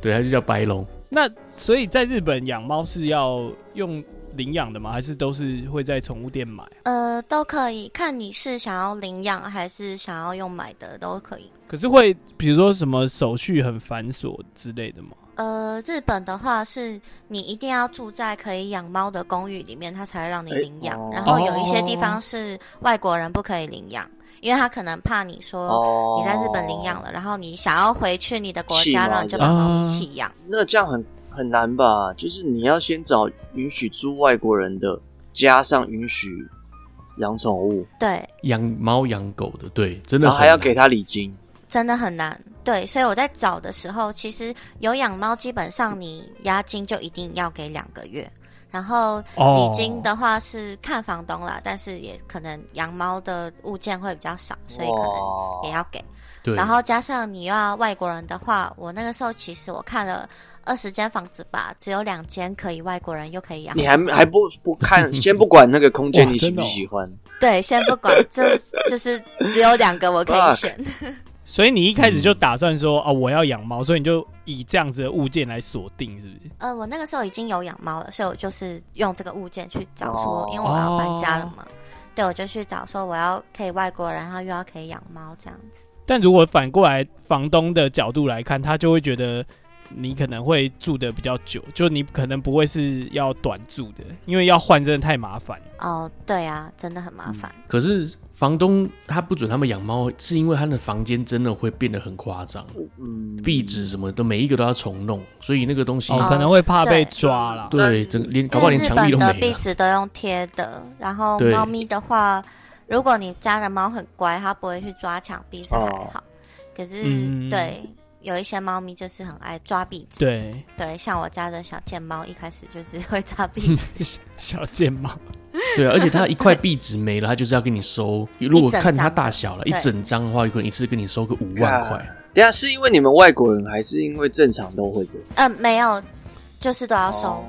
A: 对，他就叫白龙。
B: 那所以在日本养猫是要用领养的吗？还是都是会在宠物店买？
D: 呃，都可以，看你是想要领养还是想要用买的都可以。
B: 可是会比如说什么手续很繁琐之类的吗？
D: 呃，日本的话是你一定要住在可以养猫的公寓里面，它才会让你
C: 哎
D: 领养。
C: 哦
D: 然后有一些地
B: 哦
D: 方是外国人不可以领养，因为他可能怕你说
C: 哦，
D: 你在日本领养了，然后你想要回去你的国
C: 弃猫
D: 家，然后你就把
B: 这样
D: 猫咪弃养。
C: 那这样很很难吧？就是你要先找允许住外国人的，加上允许养宠物，
D: 对，
A: 养猫养狗的，对，真的很
C: 然后还要
A: 难
C: 给他礼金。
D: 真的很难。对，所以我在找的时候，其实有养猫，基本上你押金就一定要给两个月。然后礼金的话是看房东啦，但是也可能养猫的物件会比较少，所以可能
C: 哇
D: 也要给。
A: 对，
D: 然后加上你又要外国人的话，我那个时候其实我看了二十间房子吧，只有两间可以外国人又可以养。
C: 你还还不不看，先不管那个空间
B: 哇
C: 你喜
B: 真的
C: 不
B: 哦
C: 喜欢，
D: 对，先不管，这就是只有两个我可以选。
B: 所以你一开始就打算说啊、我要养猫，所以你就以这样子的物件来锁定，是不是？
D: 呃，我那个时候已经有养猫了，所以我就是用这个物件去找说
C: 哦，
D: 因为我要搬家了嘛。对，我就去找说我要可以外国人，然后又要可以养猫这样子。
B: 但如果反过来房东的角度来看，他就会觉得你可能会住的比较久，就你可能不会是要短住的，因为要换真的太麻烦。
D: 哦，对啊，真的很麻烦。
A: 可是房东他不准他们养猫，是因为他的房间真的会变得很夸张，
C: 嗯，
A: 壁纸什么的每一个都要重弄，所以那个东西，
B: 哦，可能会怕被抓啦。
A: 对，整个连搞不好连
D: 日
A: 墙壁
D: 本
A: 都
D: 的
A: 没
D: 壁
A: 了。
D: 纸都用贴的，然后
A: 对
D: 猫咪的话，如果你家的猫很乖，它不会去抓墙壁是还
C: 哦
D: 好。可是、
B: 嗯
D: 对，有一些猫咪就是很爱抓壁纸。
B: 对，，
D: 对，像我家的小贱猫一开始就是 [laughs] 会抓壁纸
B: 小贱猫，
A: 对啊，而且他一块壁纸没了，他就是要跟你收。如
D: [laughs]
A: 果看他大小了，一
D: 一整张
A: 整张的话，有可能一次跟你收个五万块。
C: 等一下是因为你们外国人，还是因为正常都会这样？
D: 嗯、没有，就是都要收。
C: 哦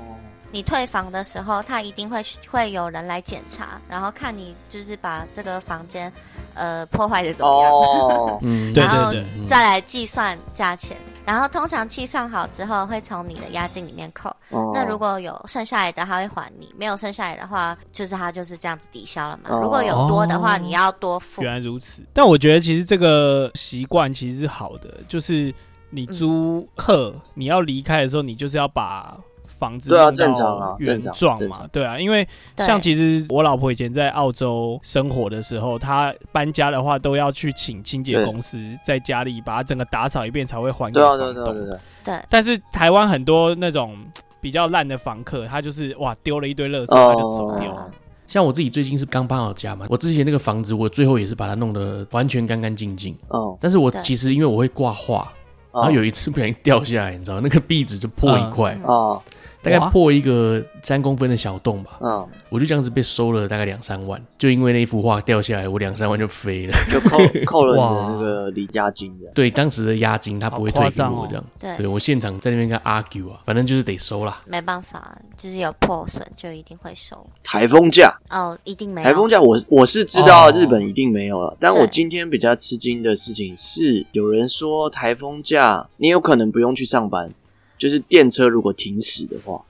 D: 你退房的时候，他一定会去会有人来检查，然后看你就是把这个房间呃破坏的怎么样。
C: 哦，
A: 嗯，
B: 对
D: 然后
B: 对对，
A: 嗯
D: 再来计算价钱，然后通常计算好之后会从你的押金里面扣。
C: 哦
D: [laughs] 那如果有剩下来的，他会还你；没有剩下来的话，就是他就是这样子抵消了嘛。
C: 哦
D: 如果有多的话，
B: 哦
D: 你要多付
B: 原。来如此。但我觉得其实这个习惯其实是好的，就是你租客、你要离开的时候，你就是要把房子
C: 对啊
B: 弄到
C: 正常啊
B: 原
C: 正常
B: 状
C: 正
B: 嘛
C: 常，
B: 对啊，因为
D: 对
B: 像其实我老婆以前在澳洲生活的时候，她搬家的话都要去请清洁
C: 对
B: 公司在家里把它整个打扫一遍才会还给
C: 对啊
B: 房
C: 对啊对啊对啊
B: 东。
C: 对啊，
D: 对
B: 但是台湾很多那种比较烂的房客，他就是哇丢了一堆垃圾
C: 哦
B: 他就走掉了
D: 嗯。
A: 像我自己最近是刚搬好家嘛，我之前那个房子，我最后也是把它弄得完全干干净净。
C: 哦，
A: 但是我
D: 对哦
A: 其实因为我会挂画，然后有一次不小心掉下来，你知道 [laughs] 那个壁纸就破一块，
D: 嗯
C: 啊
A: 大概
B: 哇
A: 破一个三公分的小洞吧。
C: 啊，
A: 我就这样子被收了大概两三万，就因为那幅画掉下来，我两三万就飞了。 [laughs]
C: 就扣扣了你的那
B: 哇
C: 个离押金的。
A: 对，当时的押金他不会退给
B: 好夸张
A: 我
B: 哦
A: 这样。
D: 对
A: 对我现场在那边跟他 argue 啊，反正就是得收啦。
D: 没办法，就是有破损就一定会收。
C: 台风假，
D: 哦，一定没
C: 台风
D: 有。
C: 假我我是知道
B: 哦
C: 日本一定没有了，但我
D: 对
C: 今天比较吃惊的事情是，有人说台风假你有可能不用去上班，就是电车如果停驶的话，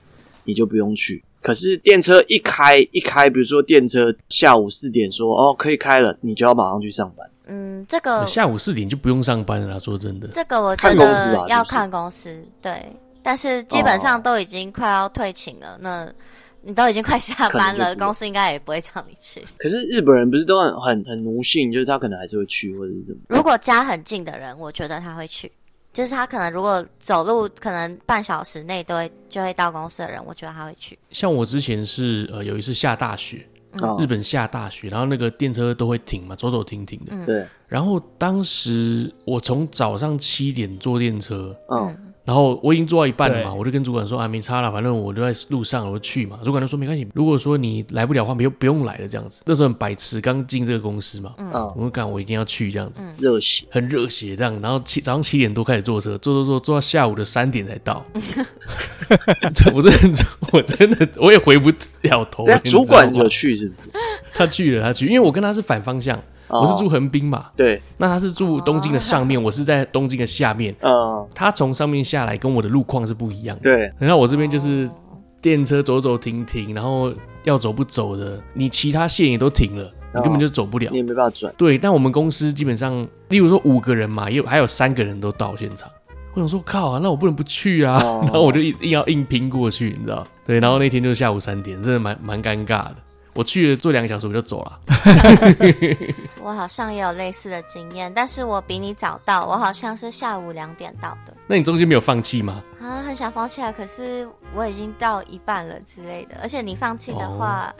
C: 你就不用去。可是电车一开一开，比如说电车下午四点说哦可以开了，你就要马上去上班。
D: 嗯，这个
A: 下午四点就不用上班了啦，说真的。
D: 这个我觉
C: 看公司吧
D: 得要
C: 就是哦
D: 看公司，对。但是基本上都已经快要退勤了，那你都已经快下班
C: 可能就
D: 了，
C: 不会
D: 公司应该也不会叫你去。
C: 可是日本人不是都很很很奴性，就是他可能还是会去或者是怎么。
D: 如果家很近的人，我觉得他会去。就是他可能如果走路可能半小时内都会就会到公司的人，我觉得他会去。
A: 像我之前是呃有一次下大雪，
C: 啊
A: 日，本下大雪，然后那个电车都会停嘛，走走停停的。
D: 嗯
C: 对，
A: 然后当时我从早上七点坐电车，
C: 嗯，
A: 然后我已经做到一半了嘛，
B: 对
A: 我就跟主管说啊，没差了，反正我就在路上，我就去嘛。主管就说没关系，如果说你来不了的话，不用不用来了这样子。那时候很白痴，刚进这个公司嘛，
D: 嗯
C: 啊
A: 我就干，我一定要去这样子，
C: 热血，
A: 很热血这样。然后七早上七点多开始坐车，坐坐坐坐到下午的三点才到。我真的，我真的，我也回不了头。
C: 人
A: 你
C: 家
A: 知道
C: 主管
A: 吗
C: 有去是不是？
A: 他去了，他去，因为我跟他是反方向，
C: 哦
A: 我是住横滨嘛，
C: 对，
A: 那他是住东京的上
C: [laughs]
A: 面，我是在东京的下面。
C: 嗯，
A: 他从上面下来跟我的路况是不一样的。
C: 对，
A: 然后我这边就是电车走走停停，然后要走不走的，你其他线也都停了，你根本就走不了
C: 哦你。也没办法转，
A: 对，但我们公司基本上，例如说五个人嘛，也有还有三个人都到现场。我想说，靠啊，那我不能不去啊！[laughs]
C: 哦
A: 然后我就硬硬要硬拼过去，你知道？对，然后那天就是下午三点，真的蛮蛮尴尬的。我去了坐两个小时我就走了，
D: 我好像也有类似的经验，但是我比你早到，我好像是下午两点到的。
A: 那你中间没有放弃吗？
D: 啊，很想放弃啊，可是我已经到一半了之类的。而且你放弃
C: 哦
D: 的话，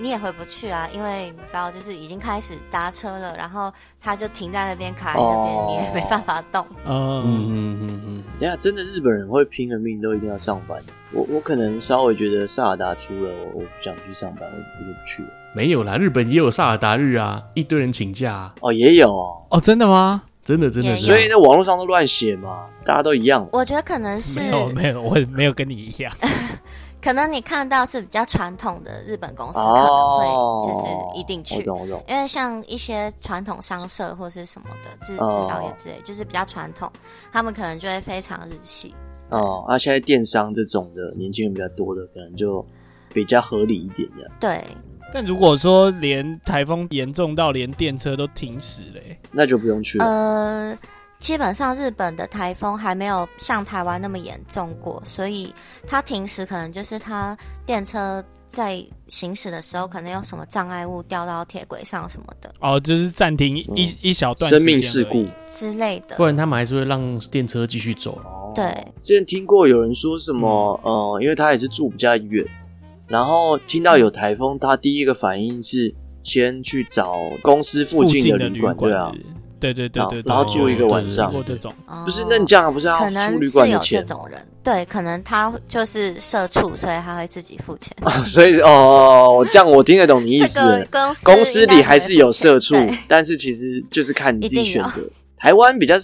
D: 你也回不去啊，因为你知道，就是已经开始搭车了，然后他就停在那边卡在那边，
C: 哦
D: 你也没办法动。
B: 嗯，
A: 嗯嗯嗯嗯，
C: 等一下真的日本人会拼了命都一定要上班。我我可能稍微觉得萨尔达出了，我我不想去上班，我我就不去了。
A: 没有啦，日本也有萨尔达日啊，一堆人请假、啊，
C: 哦，也有哦，
B: 哦，真的吗？
A: 真的真的
D: 也
A: 是啊。
C: 所以那网络上都乱写嘛，大家都一样。
D: 我觉得可能是，
B: 没有没有，我没有跟你一样。
D: 可能你看到是比较传统的日本公司，可能
C: 哦，
D: 会就是一定
C: 我
D: 去。
C: 懂我懂。
D: 因为像一些传统商社或是什么的，就是
C: 哦
D: 制造业之类，就是比较传统，他们可能就会非常日系。
C: 哦，那、现在电商这种的年轻人比较多的，可能就比较合理一点的。
D: 对，
B: 但如果说连台风严重到连电车都停驶嘞、
C: 那就不用去了。
D: 呃，基本上日本的台风还没有像台湾那么严重过，所以它停驶可能就是它电车在行驶的时候，可能有什么障碍物掉到铁轨上什么的
B: 哦，就是暂停一、一一小
D: 呃
B: 段时
C: 嗯
B: 间
C: 生命
B: 而已
C: 事故。
D: 之类的
A: 不。然他们还是会让电车继续走了。
C: 哦
D: 对，
C: 之前听过有人说什么，呃，因为他也是住比较远，然后听到有台风，他第一个反应是先去找公司附
B: 附
C: 近的
B: 的
C: 旅
B: 馆
C: 馆，对
B: 是
C: 啊，
B: 不是，对对对
C: 然后
B: 对对，
C: 然后住一个
B: 对
C: 晚上
B: 过这种，
D: 哦
C: 不是，那你这样不是要
D: 可
C: 出
D: 能
C: 旅
D: 是
C: 馆的
D: 有这
C: 钱？
D: 种人，对，嗯可能他就是社畜，所以他会自己付钱。 [laughs]
C: 所以哦，这样我听得懂你意
D: 这
C: 思了
D: 个。公司
C: 公司里还是有社畜
D: 应该也会付钱，
C: 但是其实就是看你自己
D: 一定
C: 选
D: 有
C: 择。台湾比较，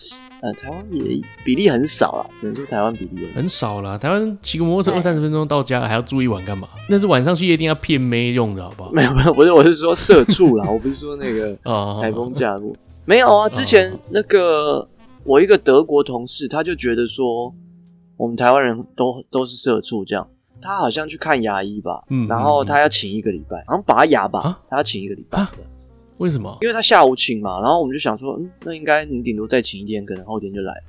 C: 呃，台湾也比例很少啦，只能说台湾比例很
A: 很
C: 少。
A: 少啦，台湾骑个摩托车
D: 对
A: 二三十分钟到家了，还要住一晚干嘛？那是晚上去夜店要骗妹用的好不好？
C: 没有没有，不是，我是说社畜啦，我不是说那个
A: 啊，
C: [laughs] 台风假过。没有啊，之前那个我一个德国同事，他就觉得说，我们台湾人都都是社畜这样。他好像去看牙医吧，
A: 嗯
C: 然后他要请一个礼拜，好像拔牙吧，
A: 啊
C: 他要请一个礼拜
A: 啊
C: 对
A: 为什么？
C: 因为他下午请嘛，然后我们就想说，嗯，那应该你顶多再请一天，可能后天就来了。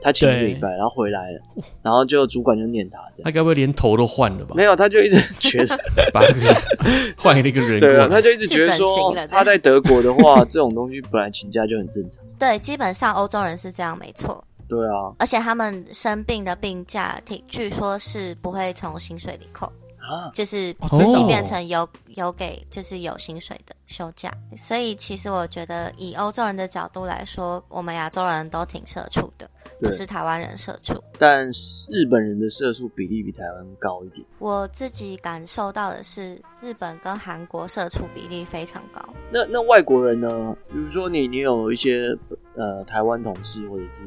C: 他请一个
B: 对
C: 礼拜，然后回来了，然后就主管就念他这样，
A: 他该不会连头都换了吧
C: 没？有，他就一直
A: [laughs]
C: 觉得， [laughs]
A: 把那个换了一个人
C: 对啊，
A: 过
C: 他
A: 来，
C: 就一直觉得
D: 去整
C: 说
D: 形了，
C: 他在德国的话，这种东西本来请假就很正常，
D: 对，基本上欧洲人是这样，没错。
C: 对啊，
D: 而且他们生病的病假，听据说是不会从薪水里扣，
C: 啊，
D: 就是
B: 哦
D: 自
A: 真的
D: 己
A: 哦
D: 变成有、有给就是有薪水的休假。所以其实我觉得，以欧洲人的角度来说，我们亚洲人都挺社畜的，
C: 对
D: 不是台湾人社畜。
C: 但日本人的社畜比例比台湾高一点。
D: 我自己感受到的是，日本跟韩国社畜比例非常高。
C: 那那外国人呢？比如说你你有一些呃台湾同事或者是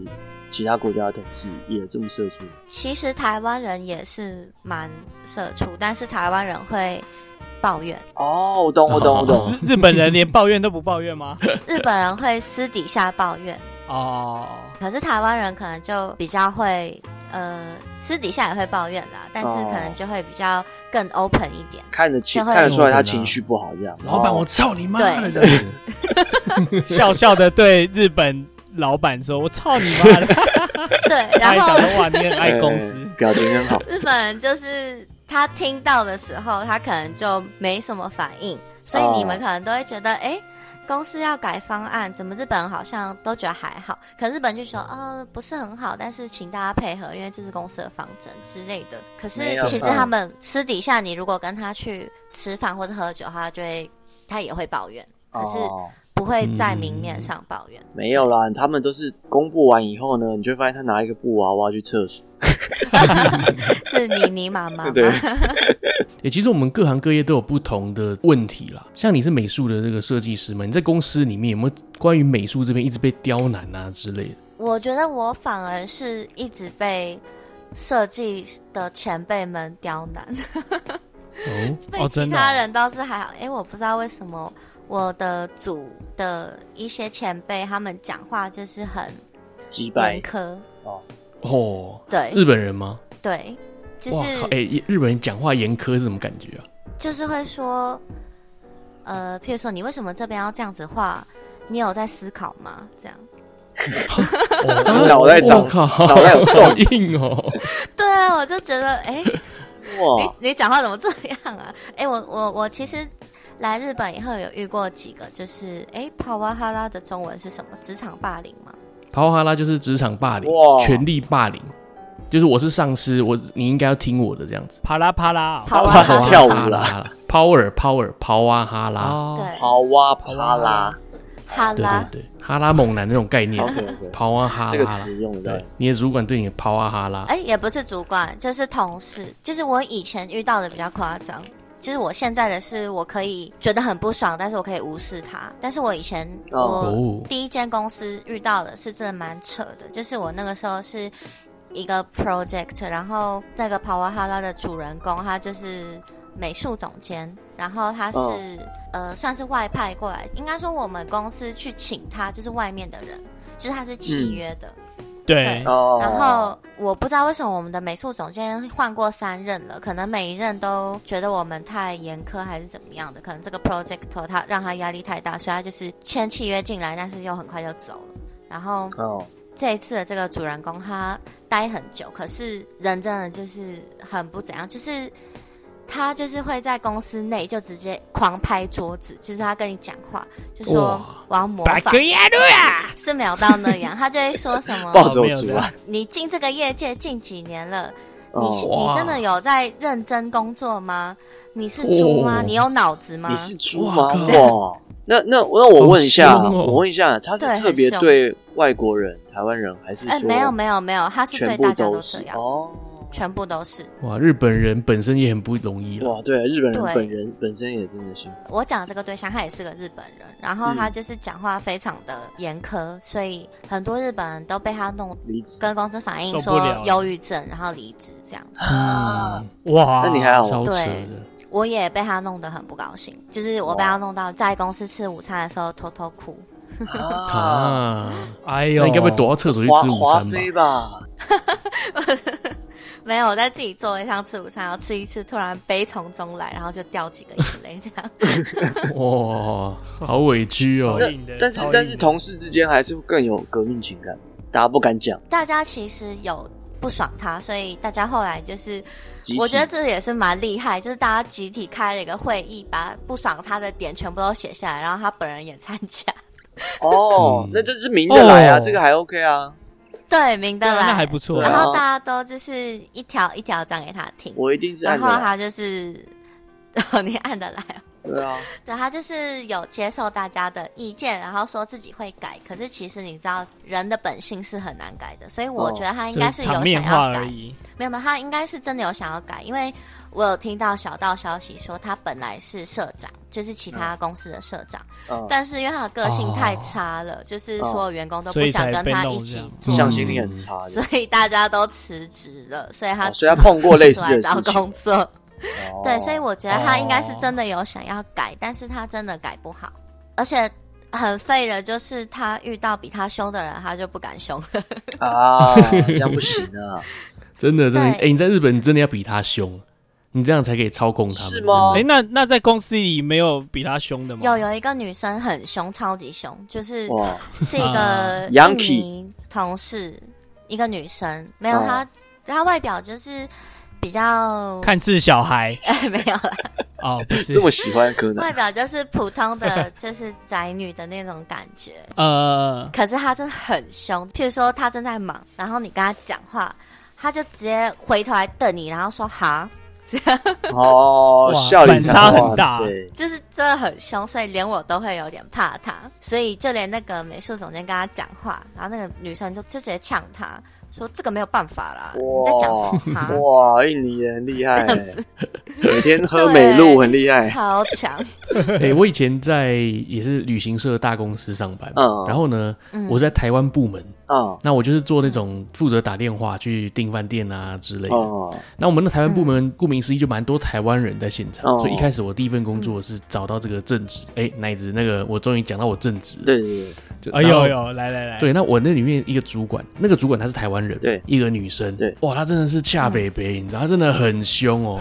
C: 其他国家的同事也这么社畜吗
D: 其实台湾人也是蛮社畜，但是台湾人会抱怨，
C: 哦，我懂我懂我懂，
B: 日日本人连抱怨都不抱怨吗？
C: [laughs]
D: 日本人会私底下抱怨。
B: 哦，
D: 可是台湾人可能就比较会，呃，私底下也会抱怨啦，但是
C: 哦
D: 可能就会比较更 open 一点。
C: [laughs] 看得清
D: 就会
C: 看得出来他情绪不好这样。
A: 老板
C: 哦
A: 我操你妈的
D: 对
A: 这样子！
B: 笑笑的对日本老板说：“我操你妈的！”
C: [laughs]
D: 对，
B: 他还
D: 然
B: 想
D: 后
B: 说：“哇，你很爱公司
C: 哎。表情很好
D: 日本人就是他
C: 哦
D: 听到的时候，他可能就没什么反应，所以你们可能都会觉得，哎、公司要改方案，怎么日本人好像都觉得还好，可能日本就说哦不是很好，但是请大家配合，因为这是公司的方针之类的。可是
C: 没有
D: 其实
C: 嗯
D: 他们私底下，你如果跟他去吃饭或者喝酒，他就会他也会抱怨， [laughs] 可是
C: 哦嗯
D: 不会在明面上抱怨。
C: 没有啦，他们都是公布完以后呢，你就会发现他拿一个布娃娃去厕所。
D: 是你你妈妈
C: [laughs]
D: 吗？[laughs]
C: 对，
A: 也其实我们各行各业都有不同的问题啦。像你是美术的这个设计师嘛，你在公司里面有没有关于美术这边一直被刁难啊之类的？
D: 我觉得我反而是一直被设计的前辈们刁难，
A: 哦，
D: 被其
B: 真的哦
D: 他人倒是还好。因为我不知道为什么我的组的一些前辈他们讲话就是很
C: 击败
D: 严苛，
A: 哦，
D: 对
A: 日本人吗？
D: 对，就
A: 哇
D: 是
A: 靠！哎、日本人讲话严苛是什么感觉啊？
D: 就是会说，呃，譬如说你为什么这边要这样子画？你有在思考吗？这样
C: 脑袋长
A: 我靠，
C: 脑袋有洞
A: 好硬哦。
D: 对啊，我就觉得哎。 [laughs]
C: 哇，
D: 你你讲话怎么这样啊？ [laughs] 哎、我我我其实来日本以后有遇过几个，就是哎，跑哇哈拉的中文是什么？职场霸凌吗？
A: 爬瓦哈拉就是职场霸凌
C: 哇，
A: 权力霸凌，就是我是上司，我你应该要听我的这样子。
B: 啪啦啪啦哦，
D: 跑哇
C: 跑
D: 哈
C: 哇
D: 拉
C: 跳舞啦
A: 啦，power power 跑哇哈拉，
B: 哦，
D: 对
C: 跑哇啪啦
D: 哈
A: 对
D: 拉
A: 对对，哈拉猛男那种概
C: [laughs]
A: 念，
C: ，OK OK，
A: 跑哇哈
C: 这个
A: 拉
C: 词，用得
A: 对
C: 到。，
A: 你的主管对你跑哇哈拉，
D: 哎、也不是主管，就是同事，就是我以前遇到的比较夸张。就是我现在的是，我可以觉得很不爽，但是我可以无视他。但是我以前
C: 哦
A: 哦
D: 我第一间公司遇到的是真的蛮扯的，就是我那个时候是一个 project，然后那个跑瓦哈拉的主人公他就是美术总监，然后他是、
C: 哦
D: 呃算是外派过来，应该说我们公司去请他，就是外面的人，就是他是契
C: 嗯
D: 约的。
B: 对，
C: 哦，
D: 然后我不知道为什么我们的美术总监换过三任了，可能每一任都觉得我们太严苛还是怎么样的，可能这个 project 他让他压力太大，所以他就是签契约进来，但是又很快就走了。然后
C: 哦，
D: 这一次的这个主人公他待很久，可是人真的就是很不怎样，就是他就是会在公司内就直接狂拍桌子，就是他跟你讲话就说
A: 哇
D: 我要模
B: 把
D: 仿啊
B: 格，亚路呀，
D: 是没有到那样，他就会说什
C: [laughs]
D: 么
C: 暴走族啊，
D: 你进这个业界近几年了，你、
C: 哦，
A: 哇
D: 你真的有在认真工作吗？你是猪吗？
A: 哦
D: 你有脑子吗
C: 你？是猪吗？
A: 哇
C: 哇，那那那我问一下，
A: 好凶哦
C: 我问一下，他是
D: 对很
C: 特别
D: 凶
C: 对外国人、台湾人，还是
D: 哎、
C: 说
D: 没有没有没有，他是
C: 全
D: 对
C: 部
D: 大家都
C: 都
D: 这
C: 是？
D: 样，
C: 哦，
D: 全部都是。
A: 哇，日本人本身也很不容易了。
C: 哇，对，日本人
D: 对
C: 本人本身也真的是，
D: 我讲这个对象，他也是个日本人，然后他就是讲话非常的严苛，所以很多日本人都被他弄
C: 离职
D: 跟公司反映
B: 受不
D: 说
B: 了了
D: 忧郁症，然后离职这样子。
C: 啊，
B: 哇，
C: 那你还好
A: 嗯超扯
C: 吗？
D: 对
A: 的，
D: 我也被他弄得很不高兴，就是我被
C: 哇
D: 他弄到在公司吃午餐的时候偷偷哭。
C: 啊，
A: 啊，
B: 哎呦，
A: 那应该会躲到厕所去
C: 华
A: 吃午
C: 华
A: 餐吧？
C: 妃吧，
D: 没有，我在自己座位上吃午餐，然后吃一次，突然悲从中来，然后就掉几个眼泪，这样。
C: 哎
A: 哇，好委屈哦
B: 超。硬的，
C: 但是
B: 超硬的
C: 但是同事之间还是更有革命情感，大家不敢讲，
D: [laughs] 大家其实有不爽他，所以大家后来就是，
C: 集体
D: 我觉得这也是蛮厉害，就是大家集体开了一个会议，把不爽他的点全部都写下来，然后他本人也参加。
C: 哦
A: 嗯，
C: 那这是明的来啊，
B: 哦
C: 这个还 OK 啊，
D: [laughs] 对，明
B: 对
D: 德
B: 啊
D: 来，
B: 那还不错
C: 对啊
D: 然后大家都就是一条一条讲给他听，
C: 我一定是按的
D: 然后
C: 来，
D: 他就是， [laughs] 哦，你按得来哦。
C: 对啊，
D: 对他就是有接受大家的意见，然后说自己会改。可是其实你知道，人的本性是很难改的，所以我
C: 哦
D: 觉得他应
B: 就
D: 该
B: 是
D: 是
B: 场
D: 有想
B: 面化
D: 要改
B: 而，已，
D: 没有没有，他应该是真的有想要改，因为我有听到小道消息说他本来是社长，就是其
B: 嗯
D: 他公司的社长，
B: 哦
C: 嗯，
D: 但是因为他的个性
A: 哦
D: 太差了，就是
C: 哦
D: 所有员工都
B: 所
D: 不
B: 以
D: 想
B: 才
D: 跟
B: 被
D: 他
B: 弄
D: 一
B: 这
D: 起
B: 样
D: 做
A: 嗯
C: 向
D: 事，
C: 心力很差的
D: 所，以大家都辞职了，所以他
C: 哦所以他碰过类似
D: 出来
C: 的
D: 找
C: 事情，
D: 工作。
C: 哦
D: 对，所以我觉得他应该是真的有想要改，但是他真的改不好，而且很废的，就是他遇到比他凶的人，他就不敢凶。
C: 啊，这样不行啊，
A: 真的，真的，哎、
D: 对
A: 你在日本你真的要比他凶，你这样才可以操控他们。
C: 是吗
B: 哎，那那在公司里没有比他凶的吗？
D: [laughs] 有有一个女生很凶，超级凶， [laughs] 就是
C: 哇，啊
D: 是一
C: [laughs]
D: 个印
C: Yankee
D: 尼同事，一个女生，没有
C: 哦
D: 她，她外表就是比较
B: 看似小孩，
C: [laughs]
D: [laughs] 哎没有啦，
B: 哦，不是
C: 这么喜欢柯
D: 外
C: 南，
D: 表就是普通的，就是宅女的那种感觉。
B: 呃，
D: 可是他真的很凶，譬如说他正在忙，然后你跟他讲话，他就直接回头来瞪你，然后说哈， [laughs]
C: 哦，
B: 哇
C: 笑脸
B: 反差很大
C: 哇塞
D: 就是真的很凶，所以连我都会有点怕他，所以就连那个美术总监跟他讲话，然后那个女生就就直接呛他说这个没有办法啦，你在讲什么哈？
C: 哇，哎印尼人厉害欸， [laughs] 每天喝美露很厉害，
D: 超强，
C: [laughs]
A: 哎、我以前在也是旅行社大公司上班，
C: 嗯
A: 然后呢，
D: 嗯
A: 我在台湾部门，
C: 嗯
A: 那我就是做那种负责打电话去订饭店啊之类的。
C: 哦，
A: 那我们的台湾部门，顾名思义就蛮多台湾人在现场，
C: 嗯哦嗯
A: 所以一开始我第一份工作是找到这个正职，哎、乃子那个我终于讲到我正职，
C: 对对
A: 就，
B: 哎
A: 然后
B: 呦呦，来来来，
A: 对，那我那里面一个主管，那个主管她是台湾人，
C: 对
A: 一个女生，
C: 对，
A: 哇，她真的是恰北北，你知道，她真的很凶
C: [laughs]
A: 哦。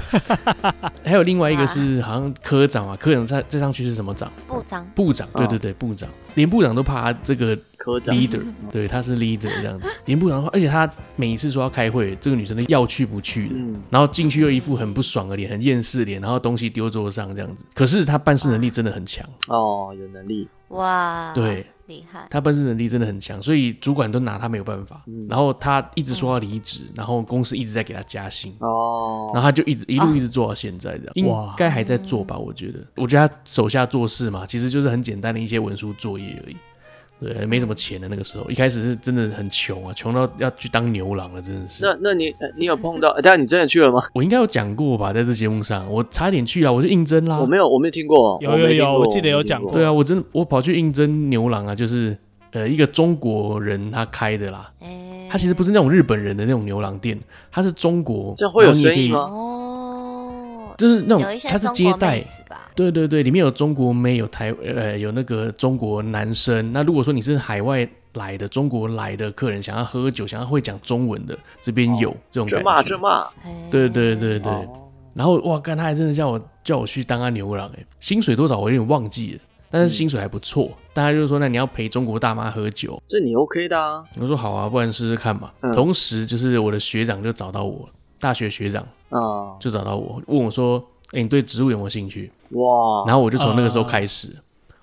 A: 还有另外一个是好像科长啊，科长再再上去是什么长？
D: 部长
A: 部长，对
C: 哦
A: 对对，部长，连部长都怕他这个
C: 科长
A: leader，对，他是 leader 这样子，连部长都怕，而且他每一次说要开会，这个女生都要去不去的。
C: 嗯，
A: 然后进去又一副很不爽的脸，很厌世的脸，然后东西丢桌上这样子。可是他办事能力真的很强，
C: 哦，有能力，
D: 哇，
A: 对，
D: 厉害，
A: 他办事能力真的很强，所以主管都拿他没有办法。
C: 嗯
A: 然后他一直说要离职，然后公司一直在给他加薪，
C: 哦，啊
A: 然后他就一直一路一直做到现在这样，应
B: 哇
A: 该还在做吧？我觉得，我觉得他手下做事嘛，其实就是很简单的一些文书作业而已。对，没什么钱的那个时候，一开始是真的很穷啊，穷到要去当牛郎了，真的是。
C: 那那你呃你有碰到？呃但你真的去了吗？
A: 我应该有讲过吧，在这节目上，我差点去啊，我就应征啦。
C: 我没有，我没有听过。
B: 有
C: 我没
B: 有有
C: 听过
B: 我记得有
C: 没听
B: 讲过
A: 对啊，我真的我跑去应征牛郎啊，就是呃一个中国人他开的啦，
D: 哎，
A: 他其实不是那种日本人的那种牛郎店，他是中国，
C: 这样会有
A: 然后你也
C: 生意
A: 可以
C: 吗
D: 哦，
A: 就是那
D: 有一
A: 种
D: 些
A: 他是
D: 中
A: 接
D: 国
A: 待
D: 妹，子吧，
A: 对对对，里面有中国妹，有台呃有那个中国男生。那如果说你是海外来的中国来的客人，想要喝酒，想要会讲中文的，这
C: 哦
A: 边有、这种
C: 这
A: 感
C: 嘛
A: 觉
C: 这。嘛，
D: 哎
A: 对对对对，
C: 哦
A: 然后哇，干他还真的叫我叫我去当他牛郎哎、薪水多少我有点忘记了，但
C: 嗯
A: 是薪水还不错。但他就说，那你要陪中国大妈喝酒，
C: 这你 OK 的啊，
A: 我说好啊，不然试试看嘛。
C: 嗯
A: 同时，就是我的学长就找到我，大学学长
C: 啊，
A: 就找到我，问我说：“哎、你对植物有没有兴趣？”
C: 哇，
A: 然后我就从那个时候开始，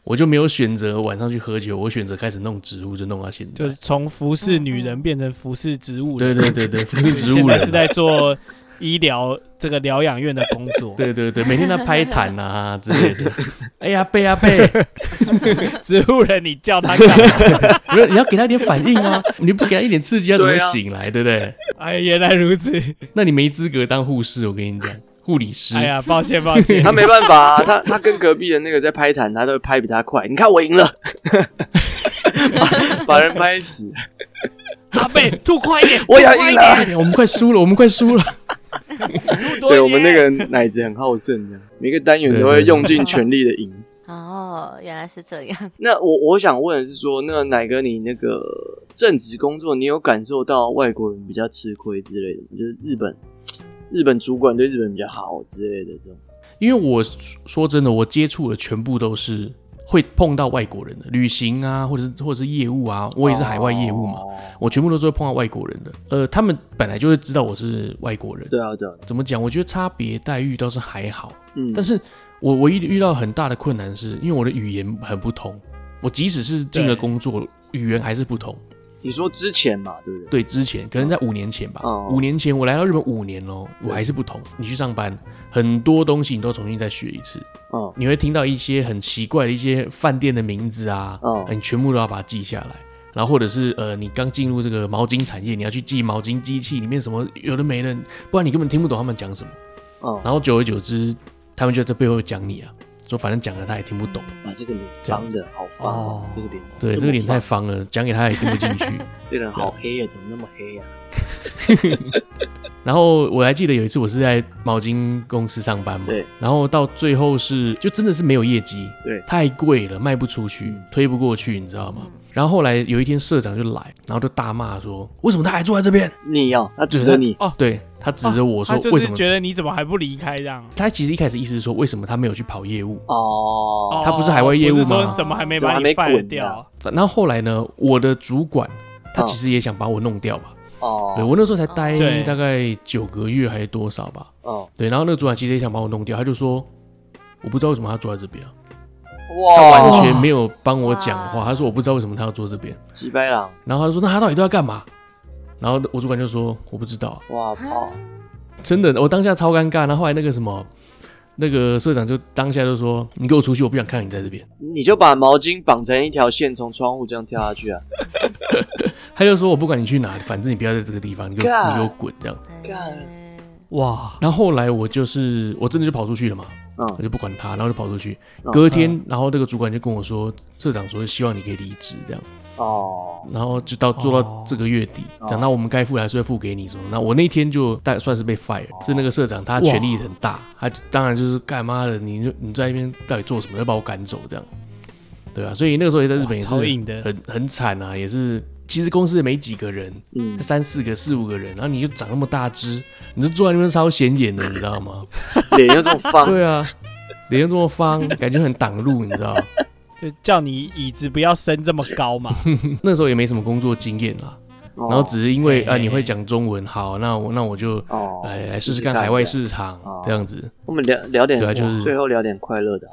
A: 我就没有选择晚上去喝酒，我选择开始弄植物，就弄到现
B: 就
A: 在
B: 是。从服侍女
C: 嗯
B: 人变成服侍植物
A: 对
B: 人，
A: 对对对，
B: [laughs]
A: 不是植
B: 现
A: 物
B: 在是
A: 人。啊
B: 在做医疗这个疗养院的工作，
A: 对
B: [laughs]
A: 对对，每天在拍痰啊之类
C: [laughs]
A: 的。哎呀背啊背， [laughs]
B: 植物人你叫他干嘛？ [laughs]
A: 不是你要给他一点反应
C: [laughs]
A: 啊，你不给他一点刺激，他怎么会
C: 对啊
A: 醒来？对不对？
B: 哎，原来如此，
A: 那你没资格当护士，我跟你讲，护理师。
B: 哎呀，抱歉抱歉，
C: [laughs] 他没办法啊，他他跟隔壁的那个在拍弹，他都会拍比他快。你看我赢了， [laughs] 把把人拍死，
B: 阿贝吐快一点，
C: 我也要
B: 快
C: 赢
B: 一
C: 了。
A: 快点，我们快输了，我们快输了。
B: 吐多一
C: 对
B: 点
C: 我们那个奶子很好胜的，每个单元都
A: 对
C: 会
A: 对对
C: 用尽全力的赢。
D: 哦，原来是这样，
C: 那我我想问的是说，那奶哥你那个正职工作，你有感受到外国人比较吃亏之类的吗？就是日本日本主管对日本人比较好之类的这种。
A: 因为我说真的，我接触的全部都是会碰到外国人的，旅行啊，或者是或者是业务啊，我也是海外业务嘛，
C: 哦
A: 我全部都是会碰到外国人的。呃，他们本来就会知道我是外国人，
C: 对啊，对啊，
A: 怎么讲？我觉得差别待遇倒是还好，
C: 嗯，
A: 但是我唯一遇到很大的困难是因为我的语言很不通，我即使是进了
B: 对
A: 工作，语言还是不通。
C: 你说之前嘛，对不对？
A: 对，之前可能在五年前吧，
C: 哦
A: 五年前我来到日本五年喽，我还是不同。你去上班，很多东西你都重新再学一次。
C: 哦
A: 你会听到一些很奇怪的一些饭店的名字啊，
C: 哦
A: 你全部都要把它记下来。然后或者是呃，你刚进入这个毛巾产业，你要去记毛巾机器里面什么有的没的，不然你根本听不懂他们讲什么。
C: 哦，
A: 然后久而久之，他们就在背后讲你啊，说反正讲了他也听不懂。
C: 把这个脸
A: 这样
C: 方的好方哦
A: 哦，
C: 这个脸嗯怎么
A: 对，
C: 么
A: 这个脸太
C: 方
A: 方了，讲给他也听不进去。
C: 这个人好黑呀，怎么那么黑呀？
A: 然后我还记得有一次我是在毛巾公司上班嘛，
C: 对，
A: 然后到最后是就真的是没有业绩，
C: 对
A: 太贵了，卖不出去，推不过去，你知道吗？然后后来有一天社长就来，然后就大骂说：“为什么他还坐在这边
C: 你哦，他指着你？”
A: 对他指着我说
B: 啊他：“就
A: 为
B: 是
A: 什么
B: 觉得你怎么还不离开这样？
A: 他其实一开始意思是说为什么他没有去跑业务？
C: 哦，
A: 他不是海外业务吗
B: 不是说怎么还没把
C: 怎么还没
B: 你
C: 滚
B: fire
C: 啊
B: 掉？
A: 然后后来呢，我的主管他
C: 哦
A: 其实也想把我弄掉嘛，对
C: 哦
A: 我那时候才待
B: 对
A: 大概九个月还是多少吧，
C: 哦
A: 对，然后那个主管其实也想把我弄掉，他就说：“我不知道为什么他坐在这边啊，他
C: 哇，
A: 完全没有帮我讲话。
D: 哇
A: 他说我不知道为什么他要坐这边，
C: 几白狼，
A: 然后他就说那他到底都要干嘛？然后我主管就说我不知道啊，
C: 哇靠，
A: 真的，我当下超尴尬。然后后来那个什么，那个社长就当下就说你给我出去，我不想看你在这边。
C: 你就把毛巾绑成一条线，从窗户这样跳下去啊！
A: 他就说我不管你去哪里，反正你不要在这个地方，你给我
C: God
A: 你给我滚这样。
D: 嗯
B: 哇，
A: 然后后来我就是我真的就跑出去了嘛，我
C: 嗯，
A: 就不管他，然后就跑出去。
C: 嗯
A: 隔天，然后那个主管就跟我说，社长说希望你可以离职这样，
C: 哦，
A: 然后就到做
B: 哦
A: 到这个月底，
C: 哦
A: 讲到我们该付的还是会付给你什么。那我那天就大算是被 fire，是
B: 哦
A: 那个社长他权力很大，他当然就是干妈的，你就你在那边到底做什么，要把我赶走这样，对啊，所以那个时候也在日本也
B: 哇
A: 是
B: 超硬的
A: 很很惨啊，也是其实公司也没几个人， [laughs]
C: 嗯，
A: 三四个、四五个人，然后你就长那么大只，你就坐在那边超显眼的，你知道
B: [laughs]
A: 吗？
C: 脸又这么方，
A: 对啊，脸又这么方，感觉很挡路，你知道？
B: 就叫你椅子不要升这么高嘛。
A: 那时候也没什么工作经验啦，
C: 然
A: 然后只是因为啊
B: 哎
A: 你会讲中文，好，那我那我就
C: 哦，
A: 来来试试看海外市场
C: 哦
A: 这样子。
C: 我们聊聊点，
A: 对啊就是
C: 最后聊点快乐的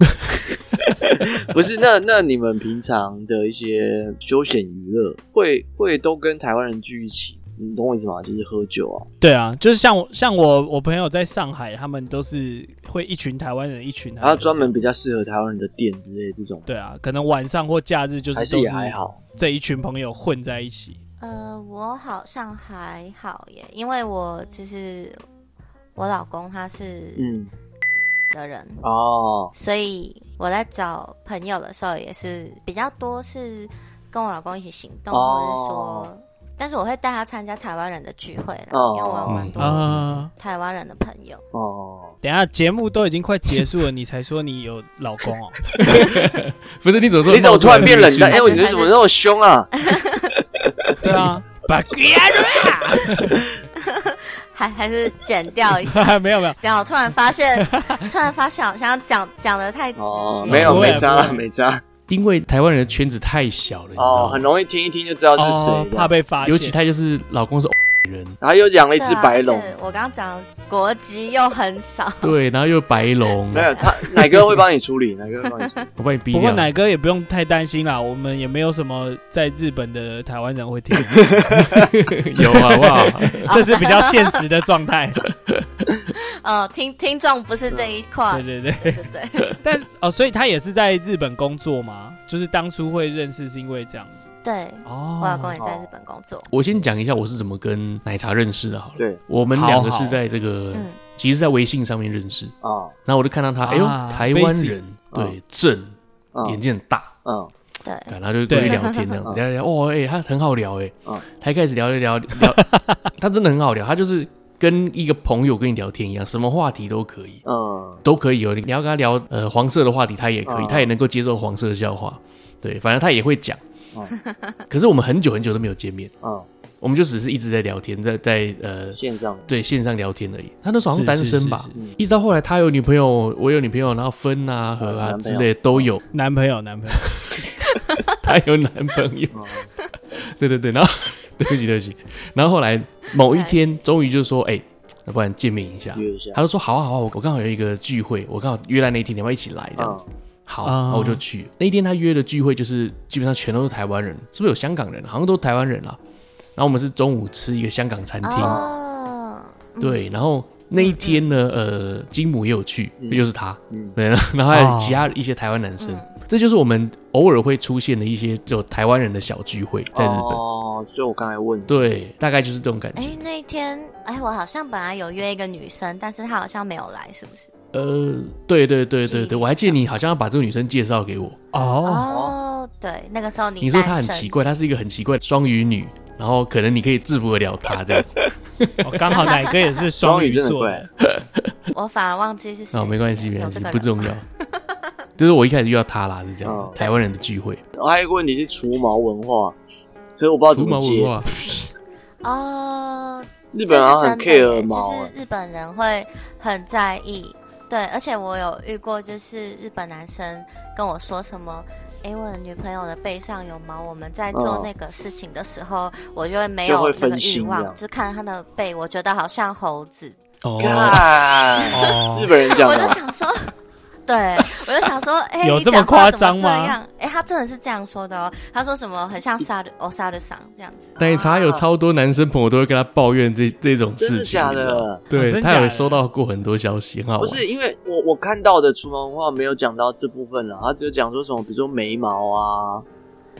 C: 好
A: [laughs]
C: 了。不是，那那你们平常的一些休闲娱乐，会会都跟台湾人聚一起，你懂我意思吗？就是喝酒啊，
B: [laughs] 对啊，就是像我像我我朋友在上海，他们都是会一群台湾人，一群台
A: 啊
C: 然
B: 湾
C: 后
B: 人
C: 啊专门比较适合台湾人的店之类这种，
B: 对啊，可能晚上或假日就是
C: 还是
B: 都
C: 也还好。
B: 这一群朋友混在一起。
D: 呃，我好像还好耶，因为我就是我老公他是
C: 嗯，
D: 的人，
C: 哦，
D: 所以我在找朋友的时候也是比较多是跟我老公一起行动，
C: 哦
D: 或者是说，但是我会带他参加台湾人的聚会啦，
C: 哦
D: 因为我有蛮
A: 嗯
D: 多
B: 啊。
D: 台湾人的朋
C: [laughs]
D: 友。
C: 哦，
B: 等一下节目都已经快结束了，你才说你有老公
C: [laughs]
B: 哦？
A: 不是你怎么
C: 你怎么突然变冷淡？哎、
A: 哎
D: 这，
C: 我
D: 个
C: 你怎么那么凶 [laughs] 啊？
B: 对啊，把
D: 还还是剪掉一下。
B: [laughs] 没有没有，
D: 等一下我突然发现，突然发现好像讲讲的太直接，
C: 哦，没有，
B: 不会
C: 没渣
B: 不
C: 啦，
B: 会
C: 没渣。
A: 因为台湾人的圈子太小了，你知道
C: 哦，
A: 吗
C: 很容易听一听就知道是
B: 哦
C: 谁，啊
B: 怕
C: 的。
B: 被发现。
A: 尤其他就是老公是人， [laughs]
C: 然后又养了一
D: 对啊
C: 只白龙
D: 而，且我刚刚讲国籍又很少， [laughs]
A: 对，然后又白龙，
D: 啊
C: 没有他奶哥会帮你处理，奶哥会帮你
D: [laughs]
C: 处理。
A: 我把你逼
B: 不过
A: 掉。
B: 奶哥也不用太担心啦，我们也没有什么在日本的台湾人会
C: [laughs]
B: 听，
A: [laughs] 有好不好？
B: 这是比较现实的状
C: [laughs]
B: 态。
D: 哦，听听众不是这一块
B: 对，对对，
D: 对对
A: [laughs]
D: 对。
B: 但哦，所以他也是在日本工作嘛，就是当初会认识是因为这样子
D: 对，
B: 哦。
D: 我老公也在日本工作。
A: 我先讲一下我是怎么跟奶茶认识的，好了。
C: 对，
A: 我们
B: 好
A: 两个
B: 好
A: 是在这个，
D: 嗯，
A: 其实是在微信上面认识，
C: 啊
A: 然后我就看到他，哎呦，
B: 啊
A: 台湾
B: basic
A: 人，
C: 啊
A: 对，正，
C: 啊
A: 眼睛很大，
C: 嗯
D: 对，
A: 然后就过去
B: 对
A: 聊天这样子，
C: 啊
A: 聊一聊，哦，哎，他很好聊，哎
C: 啊，
A: 他一开始聊一聊
C: [laughs]
A: 聊，他真的很好聊，他就是跟一个朋友跟你聊天一样，什么话题都可以，
C: 嗯，
A: 都可以哦，你你要跟他聊呃黄色的话题，他也可以，
C: 啊
A: 他也能够接受黄色的笑话，对，反正他也会讲
C: 啊。
A: [laughs] 可是我们很久很久都没有见面，
C: 嗯，
A: 我们就只是一直在聊天，在在呃
C: 线上
A: 对线上聊天而已。他那时候好像
B: 是
A: 单
B: 是
A: 身吧，
B: 是
C: 是
A: 一直到后来他有女朋友，我有女朋友，然后分啊合啊
C: 哦男朋
A: 之
C: 友
A: 类的都有，
B: 男朋友，男朋友，
A: 他有男朋友，
C: 哦
A: [laughs] 对对对，然后 [laughs] 对不起对不起，然后后来某一天终于就说，哎、要不然见面一下，
C: 约一下
A: 他，就说好啊好啊，我我刚好有一个聚会，我刚好约在那一天，你要不要一起来
C: 嗯
A: 这
C: 哦
A: 样子？好，
B: 啊
A: 然后我就去。那一天他约的聚会就是基本上全都是台湾人，是不是有香港人？好像都台湾人啦。然后我们是中午吃一个香港餐厅，
D: 哦，嗯，
A: 对，然后那一天呢，呃，金姆也有去，
C: 嗯
A: 又是他，
C: 嗯
A: 对，然后然后还有
B: 哦
A: 其他一些台湾男生，
D: 嗯
A: 这就是我们偶尔会出现的一些就台湾人的小聚会，在日本，
C: 哦，就我刚才问，
A: 对，大概就是这种感觉。
D: 哎，那一天，哎，我好像本来有约一个女生，但是她好像没有来，是不是？
A: 呃，对对对对
D: 记
A: 对，
D: 忆
A: 我还记得你好像要把这个女生介绍给我，
B: 哦，
D: 哦，对，那个时候你
A: 你
D: 你
A: 说她很奇，怪，她是一个很奇怪的双鱼女，然后可能你可以制服得了她这样
C: [laughs]
A: 子，
B: 哦刚好奶哥也是
C: 双
B: 双
C: 语
B: 鱼
C: 真的
B: 座
C: 贵
B: 的，，
D: 我反而忘记是谁。
A: 哦，没关系没关系
D: 有这，个
A: 不
D: 人
A: 重要。就是我一开始遇到她啦，是这样子
C: 哦，
A: 台湾人的聚会，
C: 然后还有一个问题是除毛文化，可是我不知道怎
A: 除毛啊
C: 么
A: 文
C: 接。
A: 化，
D: 哦，
C: 日本人好像很
D: 这是真的
C: care 毛欸
D: 耶，就是日本人会很在意。对，而且我有遇过，就是日本男生跟我说什么。诶，我的女朋友的背上有毛，我们在做
C: 嗯
D: 那个事情的时候，我就会没
C: 就会
D: 有那个
C: 分
D: 欲
C: 心这
D: 望，
C: 样
D: 就看她的背，我觉得好像猴子，
A: 哦，
C: 干
B: 哦
C: 日本人讲
D: 我
C: 的
D: 就
C: 啊，
D: 想说， [laughs] 对，我就想说，哎、
B: 有
D: 你
B: 这么
D: 讲话
B: 夸
D: 怎
B: 张
D: 这
B: 吗
D: 样？哎、他真的是这样说的哦。他说什么很像萨的哦萨的桑这样子。
A: 奶茶有超多男生朋友都会跟他抱怨这这种事
C: 真
A: 情，
C: 的假
A: 你知道吗？
C: 的？
B: 啊真
A: 对
B: 的
A: 他
B: 假
A: 有
B: 的
A: 收到过很多消息，很好
C: 不
A: 玩。
C: 是，因为我我看到的厨房文化没有讲到这部分了，他只有讲说什么，比如说眉毛啊，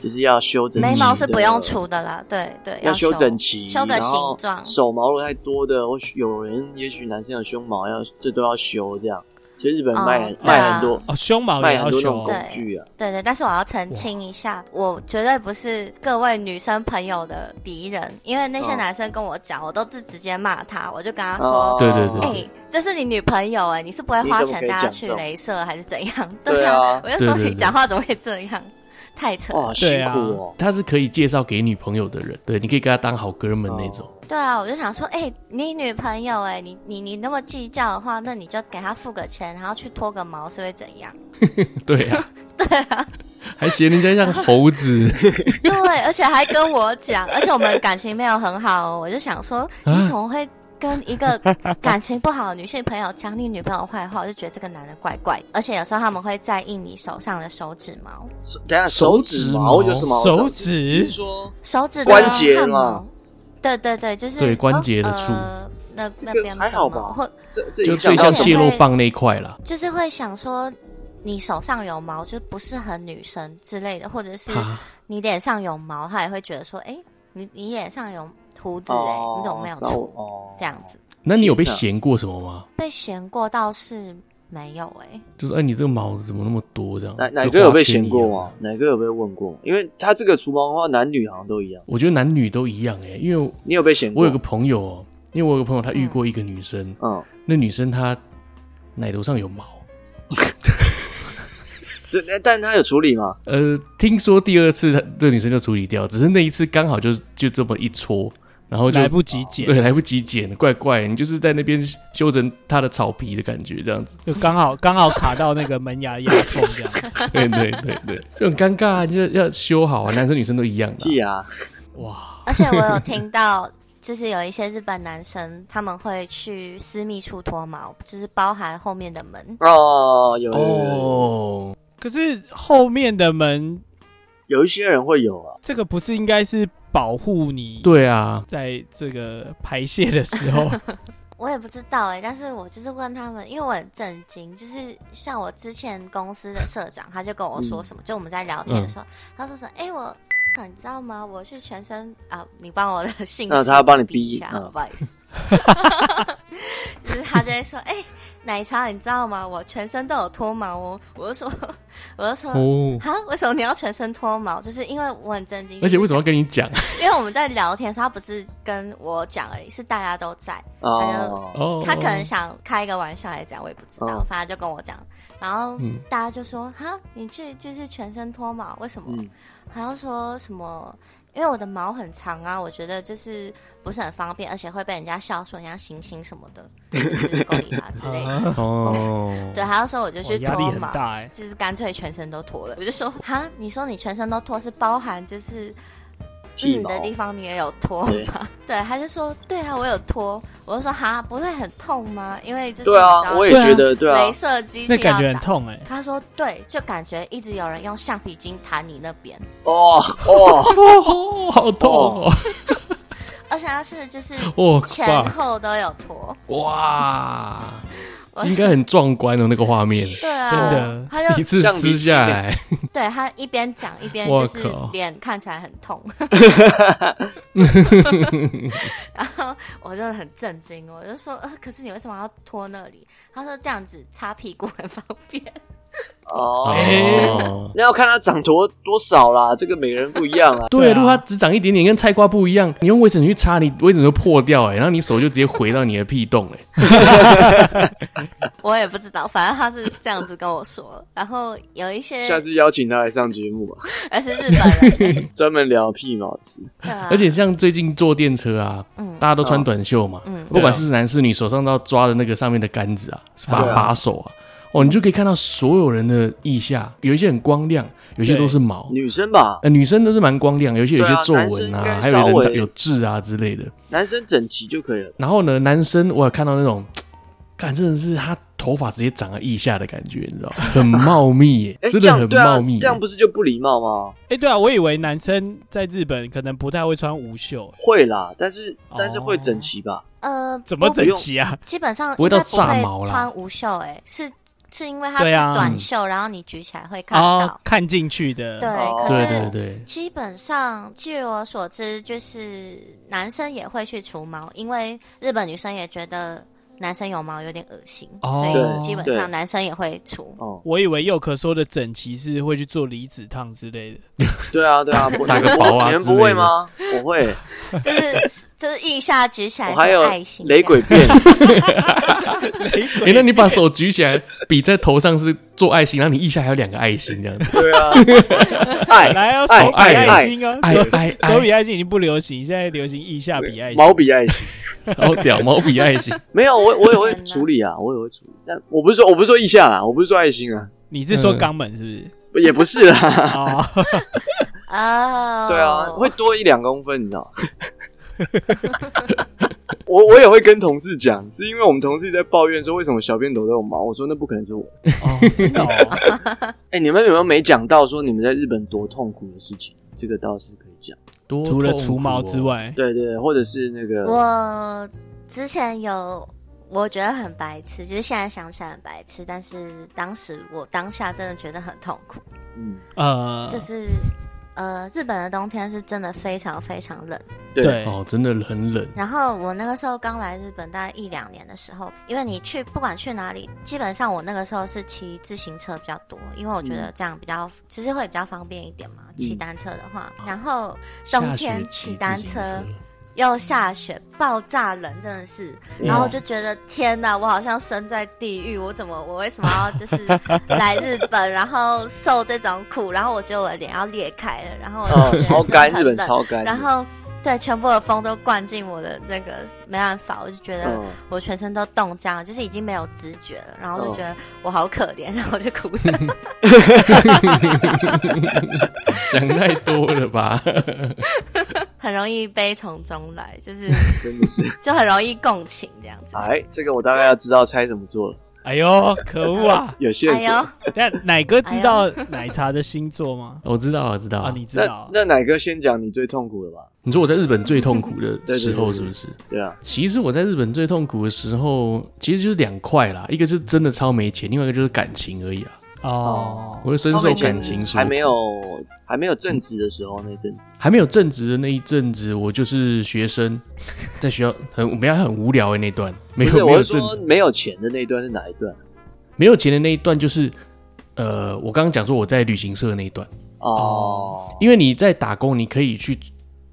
C: 就是要修整齐的，
D: 眉毛是不用除的啦，对对，
C: 要
D: 修
C: 修整齐，
D: 修个
C: 然
D: 形
C: 后
D: 状。
C: 手毛如果太多的，或许有人也许男生有胸毛要，这都要修这样。所以日本
D: 哦
C: 卖、
D: 对啊
C: 卖很多、
B: 哦，胸毛也
C: 卖
B: 要
C: 很多那
B: 修
C: 种
B: 哦，
C: 工具啊，
D: 对对，但是我要澄清一下，我绝对不是各位女生朋友的敌人，因为那些
C: 哦
D: 男生跟我讲，我都是直接骂他，我就跟
C: 啊
D: 他说，
A: 对对对
D: 哎、这是你女朋友哎、你是不会花钱带她去镭射还是怎样？对啊，我就说
A: 对对对
D: 你讲话怎么会这样，太扯。
C: 哇，辛
B: 对啊
C: 苦哦。
A: 他是可以介绍给女朋友的人，对，你可以跟他当好哥们那种。
C: 哦 [laughs]
D: 对啊，我就想说，哎、你女朋友哎、你你你那么计较的话，那你就给她付个钱，然后去脱个毛是会怎样？
A: 对啊，对啊，还嫌人家像猴
C: [laughs]
A: 子，
D: 对，而且还跟我讲，而且我们感情没有很好、哦，我就想说，
A: 啊
D: 你怎么会跟一个感情不好的女性朋友讲你女朋友坏话？我就觉得这个男的怪怪，而且有时候他们会在意你手上的手指毛、
C: 手等一下
A: 手
C: 手
A: 指
C: 指毛
A: 毛
C: 有什么好
B: 手
C: 找你
B: 指
C: 是说
D: 手指的
C: 关节
D: 汗毛
C: 嘛。
D: 对对对，就是
A: 对关节的处
D: 呃，那
C: 这
D: 那
C: 个
D: 边
C: 还好
D: 的毛
C: 吧
D: 或
C: 这这
A: 就
C: 影响
A: 最
C: 到
A: 像
C: 什
D: 什
C: 么
D: 么
A: 蟹肉棒那一块啦。
D: 就是会想说。你手上有毛就不是很女生之类的，或者是
A: 啊，
D: 你脸上有毛，他也会觉得说，哎、你你脸上有胡子、哎、
C: 哦
D: 你怎么没有
C: 稍微
D: 除？
C: 哦
D: 这样子。
A: 那你有被
C: 天哪
A: 嫌过什么吗？
D: 被嫌过倒是没有哎、
A: 就是哎，你这个毛怎么那么多这样？
C: 奶奶
A: 就
C: 哥有
A: 花
C: 被
A: 千
C: 嫌
A: 一
C: 过啊
A: 样
C: 吗？？奶哥有被问过？因为他这个除毛的话，男女好像都一样。
A: 我觉得男女都一样哎、因为
C: 你有被嫌过？
A: 我有个朋友哦、因为我有个朋友他遇过一个女生，
C: 嗯，
A: 那女生她奶头上有毛，
C: 对，但但他有处理吗？
A: 呃，听说第二次她这个女生就处理掉，只是那一次刚好就就这么一搓，然后就
B: 来不及剪，
A: 对来不及剪，怪怪，你就是在那边修整她的草皮的感觉这样子，
B: 就刚好刚好卡到那个门牙牙缝这样。
A: 对对对对，就很尴尬、啊，就是要修好啊，男生女生都一样的啊、
C: 剃啊，
A: 哇，
D: 而且我有听到，就是有一些日本男生他们会去私密处脱毛，就是包含后面的门。
C: 哦，有有有有
A: [laughs] 哦，
B: 可是后面的门，
C: 有一些人会有啊，
B: 这个不是应该是保护你
A: 对啊，
B: 在这个排泄的时候
D: 我也不知道哎、但是我就是问他们，因为我很震惊，就是像我之前公司的社长，他就跟我说什么，就我们在聊天的时候，他说什么，哎、我。你知道吗？我去全身啊，你帮我的信息，
C: 那他帮你逼
D: 一下，
C: 嗯
D: 不好意思。就是他就会说，哎、奶茶，你知道吗？我全身都有脱毛哦。我就说， [laughs] 我就说，
A: 哦，
D: 啊，为什么你要全身脱毛？就是因为我很震惊，
A: 而且为什
D: 么？
A: 么要跟你讲？啊
D: 因为我们在聊天的时候，他不是跟我讲而已，是大家都在。
C: 哦，
A: 哦，
D: 他可能想开一个玩笑来讲，我也不知道，
C: 哦
D: 反正就跟我讲，然后
A: 嗯
D: 大家就说：“哈，你去就是全身脱毛，为什么？”
C: 嗯
D: 好像说什么，因为我的毛很长啊，我觉得就是不是很方便，而且会被人家笑说人家行星什么的，就是勾引他之
B: [laughs]
D: 类的。
B: 啊，
A: 哦，
D: 对，还要说我就
B: 哇
D: 去
B: 压
D: 脱
B: 力很
D: 毛，
B: 大哎。
D: 就是干脆全身都脱了。我就说哈，你说你全身都脱是包含就是
C: 剃
D: 硬
C: 毛嗯
D: 的地方你也有脱
C: 对
D: 吗？对，他就说对啊，我有脱。我就说哈，不会很痛吗？因为就是
C: 对
D: 你知
C: 啊，
D: 道
C: 我也
B: 对啊
C: 觉得对啊
D: 镭，射机
B: 那
D: 器
B: 感觉
D: 要
B: 很
D: 打。
B: 痛哎、
D: 他说对，就感觉一直有人用橡皮筋弹你那边，
C: 哦哦，
A: 哦，好痛哦，
D: 而且他是就是
A: 哦，
D: 前
A: 哇
D: 后都有脱。
A: 哇，
D: 我，
A: 应该很壮观哦，那个画面
D: 对啊，
B: 真的
D: 他就
A: 一次撕下来，
D: 对他一边讲一边
A: 我
D: 就是
A: 靠
D: 脸看起来很痛，
B: [laughs]
D: 然后我就很震惊，我就说，呃，可是你为什么要拖那里？他说这样子擦屁股很方便。
A: [laughs]
C: 哦，
D: [laughs]
A: 哦。。
C: 那要看他长多多少啦，这个每个人不一样啊
A: 对
B: 对
A: 啊，
B: 啊
A: 如果它只长一点点，跟菜瓜不一样，你用卫生纸去擦，你卫生纸就破掉哎、然后你手就直接回到你的屁洞哎、
D: 我也不知道，反正他是这样子跟我说。然后有一些
C: 下次邀请他来上节目吧，
D: 而是日本人，
C: 专门聊屁毛子。
B: [laughs]
D: 对啊，
A: 而且像最近坐电车啊，
D: 嗯
A: 大家都穿短袖嘛，
D: 嗯
A: 不管是男是女，手上都要抓的那个上面的杆子啊，把
C: 对啊
A: 把手啊，哦，你就可以看到所有人的腋下，有一些很光亮，有一些
B: 对
A: 都是毛。
C: 女生吧，
A: 呃，女生都是蛮光亮，有一些有一些
C: 对啊
A: 皱
C: 男生
A: 纹
C: 应
A: 啊，
C: 该
A: 还有人
C: 稍微
A: 长有痣啊之类的。
C: 男生整齐就可以了。
A: 然后呢，男生我有看到那种看真的是他头发直接长在腋下的感觉，你知道吗，很茂密耶、
C: 哎、
A: 真的
C: 这样
A: 很
C: 对啊
A: 茂，密耶、
C: 这样不是就不礼貌吗？
B: 哎、对啊，我以为男生在日本可能不太会穿无袖，
C: 会啦，但是但是会
B: 哦
C: 整齐吧？
D: 呃，
B: 怎么
D: 不
B: 整齐啊？
D: 基本上
A: 不会
D: 应该
A: 到
D: 不
A: 炸毛
D: 会
A: 啦
D: 穿无袖、欸，哎，是是因为它是
B: 对啊
D: 短袖，然后你举起来会看到。
B: 哦，看进去的，
D: 对，
C: 哦
D: 可
A: 对对
D: 是
A: 对，
D: 基本上，据我所知，就是男生也会去除毛，因为日本女生也觉得男生有毛有点恶心，
B: 哦
D: 所以基本
C: 对
D: 上男生也会除。
C: 哦，
B: 我以为佑可说的整齐是会去做离子烫之类的，
C: 对啊，对
A: [laughs]
C: 啊，不
A: 打个薄啊
C: 你们
A: 之
C: 不
A: 类
C: 会
A: 的
C: 吗？我会，
D: [laughs] 就是 [laughs] 就是腋下举起来
C: 我还有
D: 是爱心
C: 雷鬼
D: 这样
A: [laughs]
C: 变，
A: 哎、那你把手举起来，比在头上是做爱心，然后你腋下还有两个爱心这 [laughs] 样子，
C: 对啊， [laughs] 爱
B: 来啊，
C: 爱
B: 手比爱心啊，
A: 爱
B: 手
A: 爱 [laughs]
B: 手
A: 爱，
B: 比爱心已经不流行，现在流行腋下比爱心，
C: 毛笔爱心。
A: 超屌，毛笔爱心，
C: 没有，我我也会
D: 天哪
C: 处理啊，我也会处理。但我不是说我不是说腋下啦，我不是说爱心啊，
B: 你是说肛门是不是？
C: 不也不是啦。
B: 哦，
C: [laughs]
D: 哦，
C: 对啊，会多一两公分，你知道。 [laughs] 我我也会跟同事讲，是因为我们同事在抱怨说为什么小便斗都有毛，我说那不可能是我。
B: 哦，真的哦，
C: 哎、你们有没有没讲到说你们在日本多痛苦的事情？这个倒是可以讲。
A: [laughs] 多
B: [laughs] 除了
A: 痛
B: 除
A: 苦
B: 毛
A: 哦
B: 之，外，
C: 对对对，或者是那个
D: 我之前有，我觉得很白痴，就是现在想起来很白痴，但是当时我当下真的觉得很痛苦，
C: 嗯，
B: 呃，
D: 就是呃，日本的冬天是真的非常非常冷。
C: 对
B: 对，
A: 哦，真的很冷，
D: 然后我那个时候刚来日本，大概一两年的时候，因为你去不管去哪里，基本上我那个时候是骑自行车比较多，因为我觉得这样比较，其实会比较方便一点嘛。骑单车的话，然后冬
A: 下雪
D: 天
A: 骑
D: 骑
A: 自
D: 单
A: 行
D: 车又下雪，爆炸冷，真的是，然后我就觉得天哪，我好像身在地狱，我怎么，我为什么要
C: [laughs]
D: 就是来日本，然后受这种苦？然后我觉得我的脸要裂开了，然后我
C: 哦
D: 就，觉得
C: [laughs] 超干，
D: 真的很
C: 日本
D: 冷
C: 超干的。
D: 然后对全部的风都灌进我的那个，没办法，我就觉得
C: 嗯，
D: 我全身都冻僵，就是已经没有知觉了，然后就
C: 哦
D: 觉得我好可怜， [laughs] 然后我就哭
C: [laughs]
D: 了。
A: [laughs] 想太多了 [laughs] 吧？
D: 很容易悲从中来，就是
C: 真的是。
D: 就很容易共情这样子。
C: 哎，这个我大概要知道猜怎么做了，
B: 哎呦，可恶啊！
C: 有线
D: 哎
C: 索。
D: 呦，
B: 但奶哥知道奶茶的星座吗？
A: 我知道，我知道
B: [laughs] 啊，你知
C: 那
B: 道？
C: 那奶哥先讲你最痛苦的吧？
A: 你说我在日本最痛苦
C: 对
A: 的
C: 对
A: 时候 [laughs]
C: 对
A: 是不是？
C: 对啊，
A: 其实我在日本最痛苦的时候，其实就是两块啦，一个就是真的超没钱，另外一个就是感情而已啊。
B: 哦，
A: 我就深受感情所
C: 还没
A: 苦，
C: 有还没有正职的时候那阵子，
A: 还没有正职的那一阵子，我就是学
C: [laughs]
A: 生，在学校很我们要很无聊的那段，没
C: 不是
A: 有没
C: 我
A: 有
C: 是
A: 正
C: 说
A: 职，
C: 没有钱的那一段是哪一段？
A: 没有钱的那一段就是，呃，我刚刚讲说我在旅行社的那一段，
C: 哦，
A: 因为你在打工，你可以去，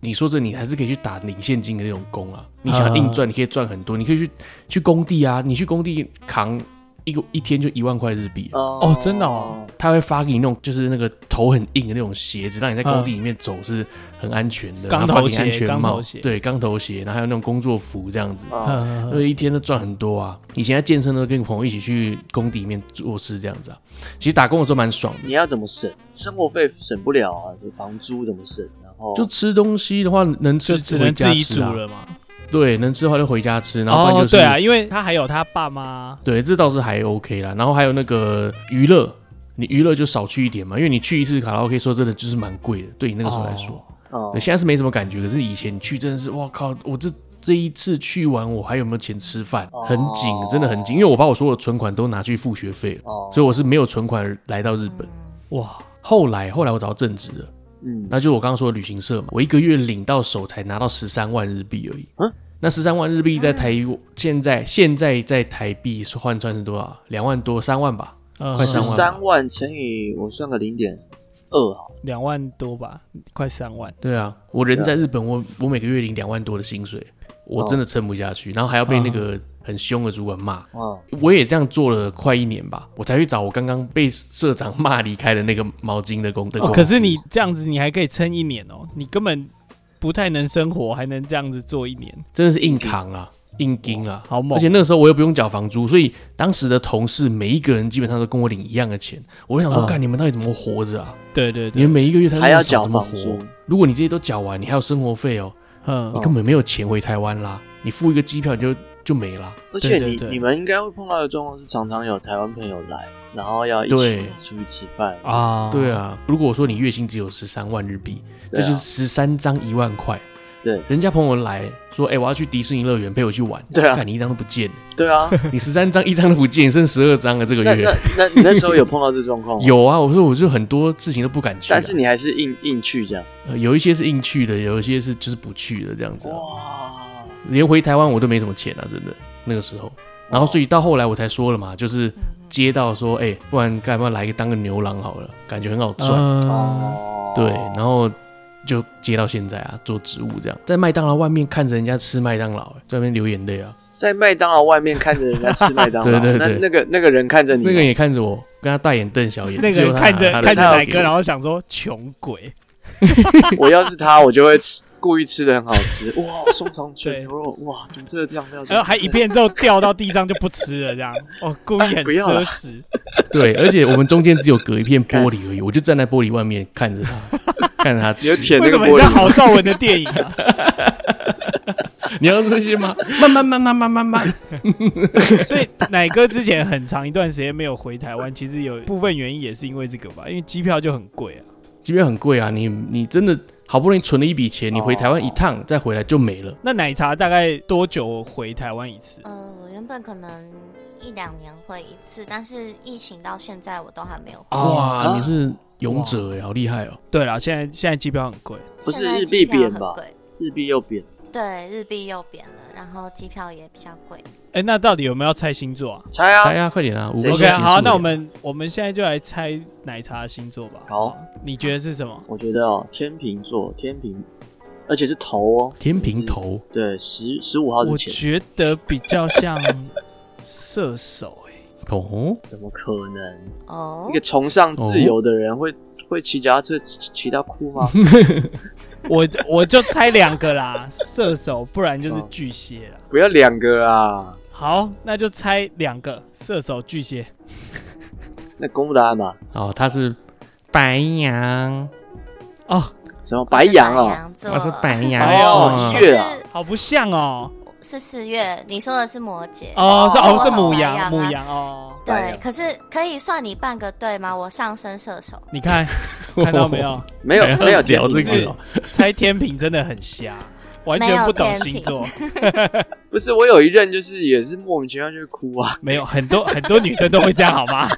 A: 你说这你还是可以去打领现金的那种工啊。你想硬赚，你可以赚很多，你可以去去工地啊，你去工地扛一个一天就一万块日币啊、
C: 哦
B: 哦真的哦，
A: 他会发给你那种就是那个头很硬的那种鞋子，让你在工地里面走是很安全的，
B: 嗯钢
A: 然后发给
B: 头
A: 你
B: 鞋
A: 安全
B: 钢
A: 帽
B: 头鞋，
A: 对，钢头鞋，然后还有那种工作服这样子。
B: [laughs]
C: 哦
B: 嗯
A: 所以一天都赚很多啊！以前在健身的时候跟朋友一起去工地里面做事这样子啊，其实打工的时候蛮爽
B: 哦
A: 的
C: 你。要怎么省？生活费省不了啊，这房租怎么省？然后
A: 就吃东西的话，能
B: 就
A: 吃
B: 只
A: 回
B: 能自
A: 家
B: 己
A: 吃
B: 煮
A: 啊
B: 了嘛。
A: 对，能吃的话就回家吃，然后不然
B: 哦
A: 就，是、
B: 对啊，因为他还有他爸妈，
A: 对这倒是还 OK 啦。然后还有那个娱乐，你娱乐就少去一点嘛，因为你去一次卡拉 OK，说真的就是蛮贵的，对你那个时候来说，
C: 哦
A: 对，现在是没什么感觉，可是以前去真的是，哇靠，我这。这一次去完，我还有没有钱吃饭？
C: 哦
A: 很紧，真的很紧，因为我把我所有存款都拿去付学费了，
C: 哦，
A: 所以我是没有存款来到日本。
B: 哇，
A: 后来，后来我找到正职了，
C: 嗯
A: 那就是我刚刚说的旅行社嘛，我一个月领到手才拿到十三万日币而已。
C: 嗯
A: 那十三万日币在台现在现在在台币是换算是多少？两万多，三万吧。
B: 嗯
A: 快
C: 十
A: 三
C: 三万乘以我算个零点二好，
B: 两万多吧，快三万。
A: 对啊，我人在日本，我我每个月领两万多的薪水，我
B: 哦
A: 真的撑不下去，然后还要被那
B: 嗯
A: 个很凶的主管骂。
C: 嗯
A: 我也这样做了快一年吧，我才去找我刚刚被社长骂离开的那个毛巾的工的公
B: 哦，
A: 司。
B: 可是你这样子，你还可以撑一年哦，你根本不太能生活，还能这样子做一年，
A: 真的是硬扛啊，硬盯啊，
B: 好猛
A: 而且那个时候我又不用缴房租，所以当时的同事每一个人基本上都跟我领一样的钱。我就想说，
B: 嗯
A: 干、你们到底怎么活着啊？
B: 对对
A: 你
B: 对
A: 们，每一个月才
C: 还要缴
A: 怎么
C: 房
A: 活
C: 租？，
A: 如果你这些都缴完，你还有生活费哦，
B: 嗯
A: 你，根本没有钱回台湾啦。你付一个机票你就就没了。
C: 而且
B: 对
C: 你
B: 对
C: 你们应该会碰到的状况是，常常有台湾朋友来，然后要一起
A: 对
C: 出去吃饭，
B: 啊，
A: 对，啊，如果说你月薪只有十三万日币，这
C: 对啊
A: 就是十三张一万块。
C: 对
A: 人家朋友来说，哎、我要去迪士尼乐园陪我去玩，
C: 对啊
A: 看你一张都不见，[laughs]
C: 对啊。
A: 你十三张一张都不见，剩十二张了这个
C: 那
A: 月
C: 那。那你那时
A: [laughs]
C: 候有碰到这状况吗？，
A: 有啊，我说我就很多事情都不敢去啊、
C: 但是你还是硬硬去这样。
A: 呃有一些是硬去的，有一些是就是不去的这样子
C: 哦
A: 啊、
C: 哇，
A: 连回台湾我都没什么钱啊，真的那个时
C: 哦
A: 候。然后所以到后来我才说了嘛，
C: 嗯
A: 就是接到说，哎、不然干嘛来个当个牛郎好了，感觉很好赚。
B: 嗯，
C: 哦，
A: 对，然后就接到现在啊，做职务这样，在麦当劳外面看着人家吃麦当劳、欸在那边流眼泪啊。
C: 在麦当劳外面看着人家吃麦当劳，
A: [laughs] 对对
C: 那
A: 对
C: 那个那个人看着你吗，
A: 那个人也看着我，跟他大眼瞪小眼，
B: 哦那个
A: 最后
B: 人
A: 他
B: 看着
A: 拿他的
B: 看着
A: 菜
B: 奶
A: 给
B: 哥，
A: 我
B: 然后想说穷鬼，
C: 我要是他，我就会吃，故意吃的很好吃。哇，
A: [laughs]
C: 松肠卷牛肉，哇，独特酱料，
B: 然后还一片之后掉到地上就不吃了，这样，哦，故意很
C: 哎不要啦
B: 奢侈，
A: [laughs] 对，而且我们中间只有隔一片玻璃而已，我就站在玻璃外面看着
B: [laughs]
A: 他，看着他
C: 你就
A: 吃。
C: 舔
B: 为
C: 那个
B: 什么
C: 玻
B: 很像郝
C: 璃。
B: 邵文的电影啊？
A: 你要这些吗？慢慢慢慢慢慢慢。
B: [laughs] 所以奶哥之前很长一段时间没有回台湾，其实有部分原因也是因为这个吧，因为机票就很贵啊。
A: 即便很贵啊，你你真的好不容易存了一笔钱，你
B: 哦
A: 回台湾一趟再回来就没了。
B: 那奶茶大概多久回台湾一次？
D: 呃，我原本可能一两年会一次，但是疫情到现在我都还没有回。
B: 哦
A: 哇，
C: 啊
A: 你是勇者哎，好厉害哦！
B: 对啦，现在现在机票很贵，
C: 不是
D: 现在
C: 日
D: 机
C: 币
D: 票
C: 贬
D: 很
C: 吧
D: 贵
C: 日币又扁，
D: 对，日币又贬了，然后机票也比较贵。
B: 哎、那到底有没有要猜星座啊
C: 猜
A: 来
C: 啊，
A: 啊，快点啊！五分
C: 谁
A: 钟
B: ？OK，
A: 结束
B: 好，
A: 了
B: 那我们我们现在就来猜奶茶的星座吧。
C: 好，
B: 你觉得是什么？
C: 我觉得哦，天秤座，天秤，而且是头哦，
A: 天平头。
C: 对，十十五号之
B: 我
C: 前，
B: 觉得比较像射手、欸，
A: 哦，
C: 怎么可能？
D: 哦
C: 一个，崇尚自由的人会会骑脚踏车骑骑到哭吗？
B: 我我就猜两个啦，射手，不然就是
C: 哦
B: 巨蟹啦。
C: 不要两个啊！
B: 好，那就猜两个，射手、巨蟹。
C: 那公布答案吧，
A: 哦，他是白羊，
B: 哦，
C: 什么白羊
D: 白
C: 哦，
D: 羊座
A: 他是白羊
C: 哦
A: 座
D: 可
C: 一。月啊
D: 是
B: 好不像哦。
D: 是四月，你说的是摩羯
B: 哦，是哦，
D: 我
B: 是
D: 很
B: 母
D: 白啊
B: 羊，母羊 [laughs] 哦。
C: 白
D: 对
C: 羊，
D: 可是可以算你半个对吗？我上升射手，
C: 哦
B: 你看，看到没有？
C: 没有没有
A: 聊这
C: 天秤
A: 个
C: 座
A: 哦，
B: 猜天平真的很 [laughs] 瞎，完全不懂星座，
C: 不是我有一任就是也是莫名其妙就会哭啊，
B: 没有很多很多女生都会这样，好吗？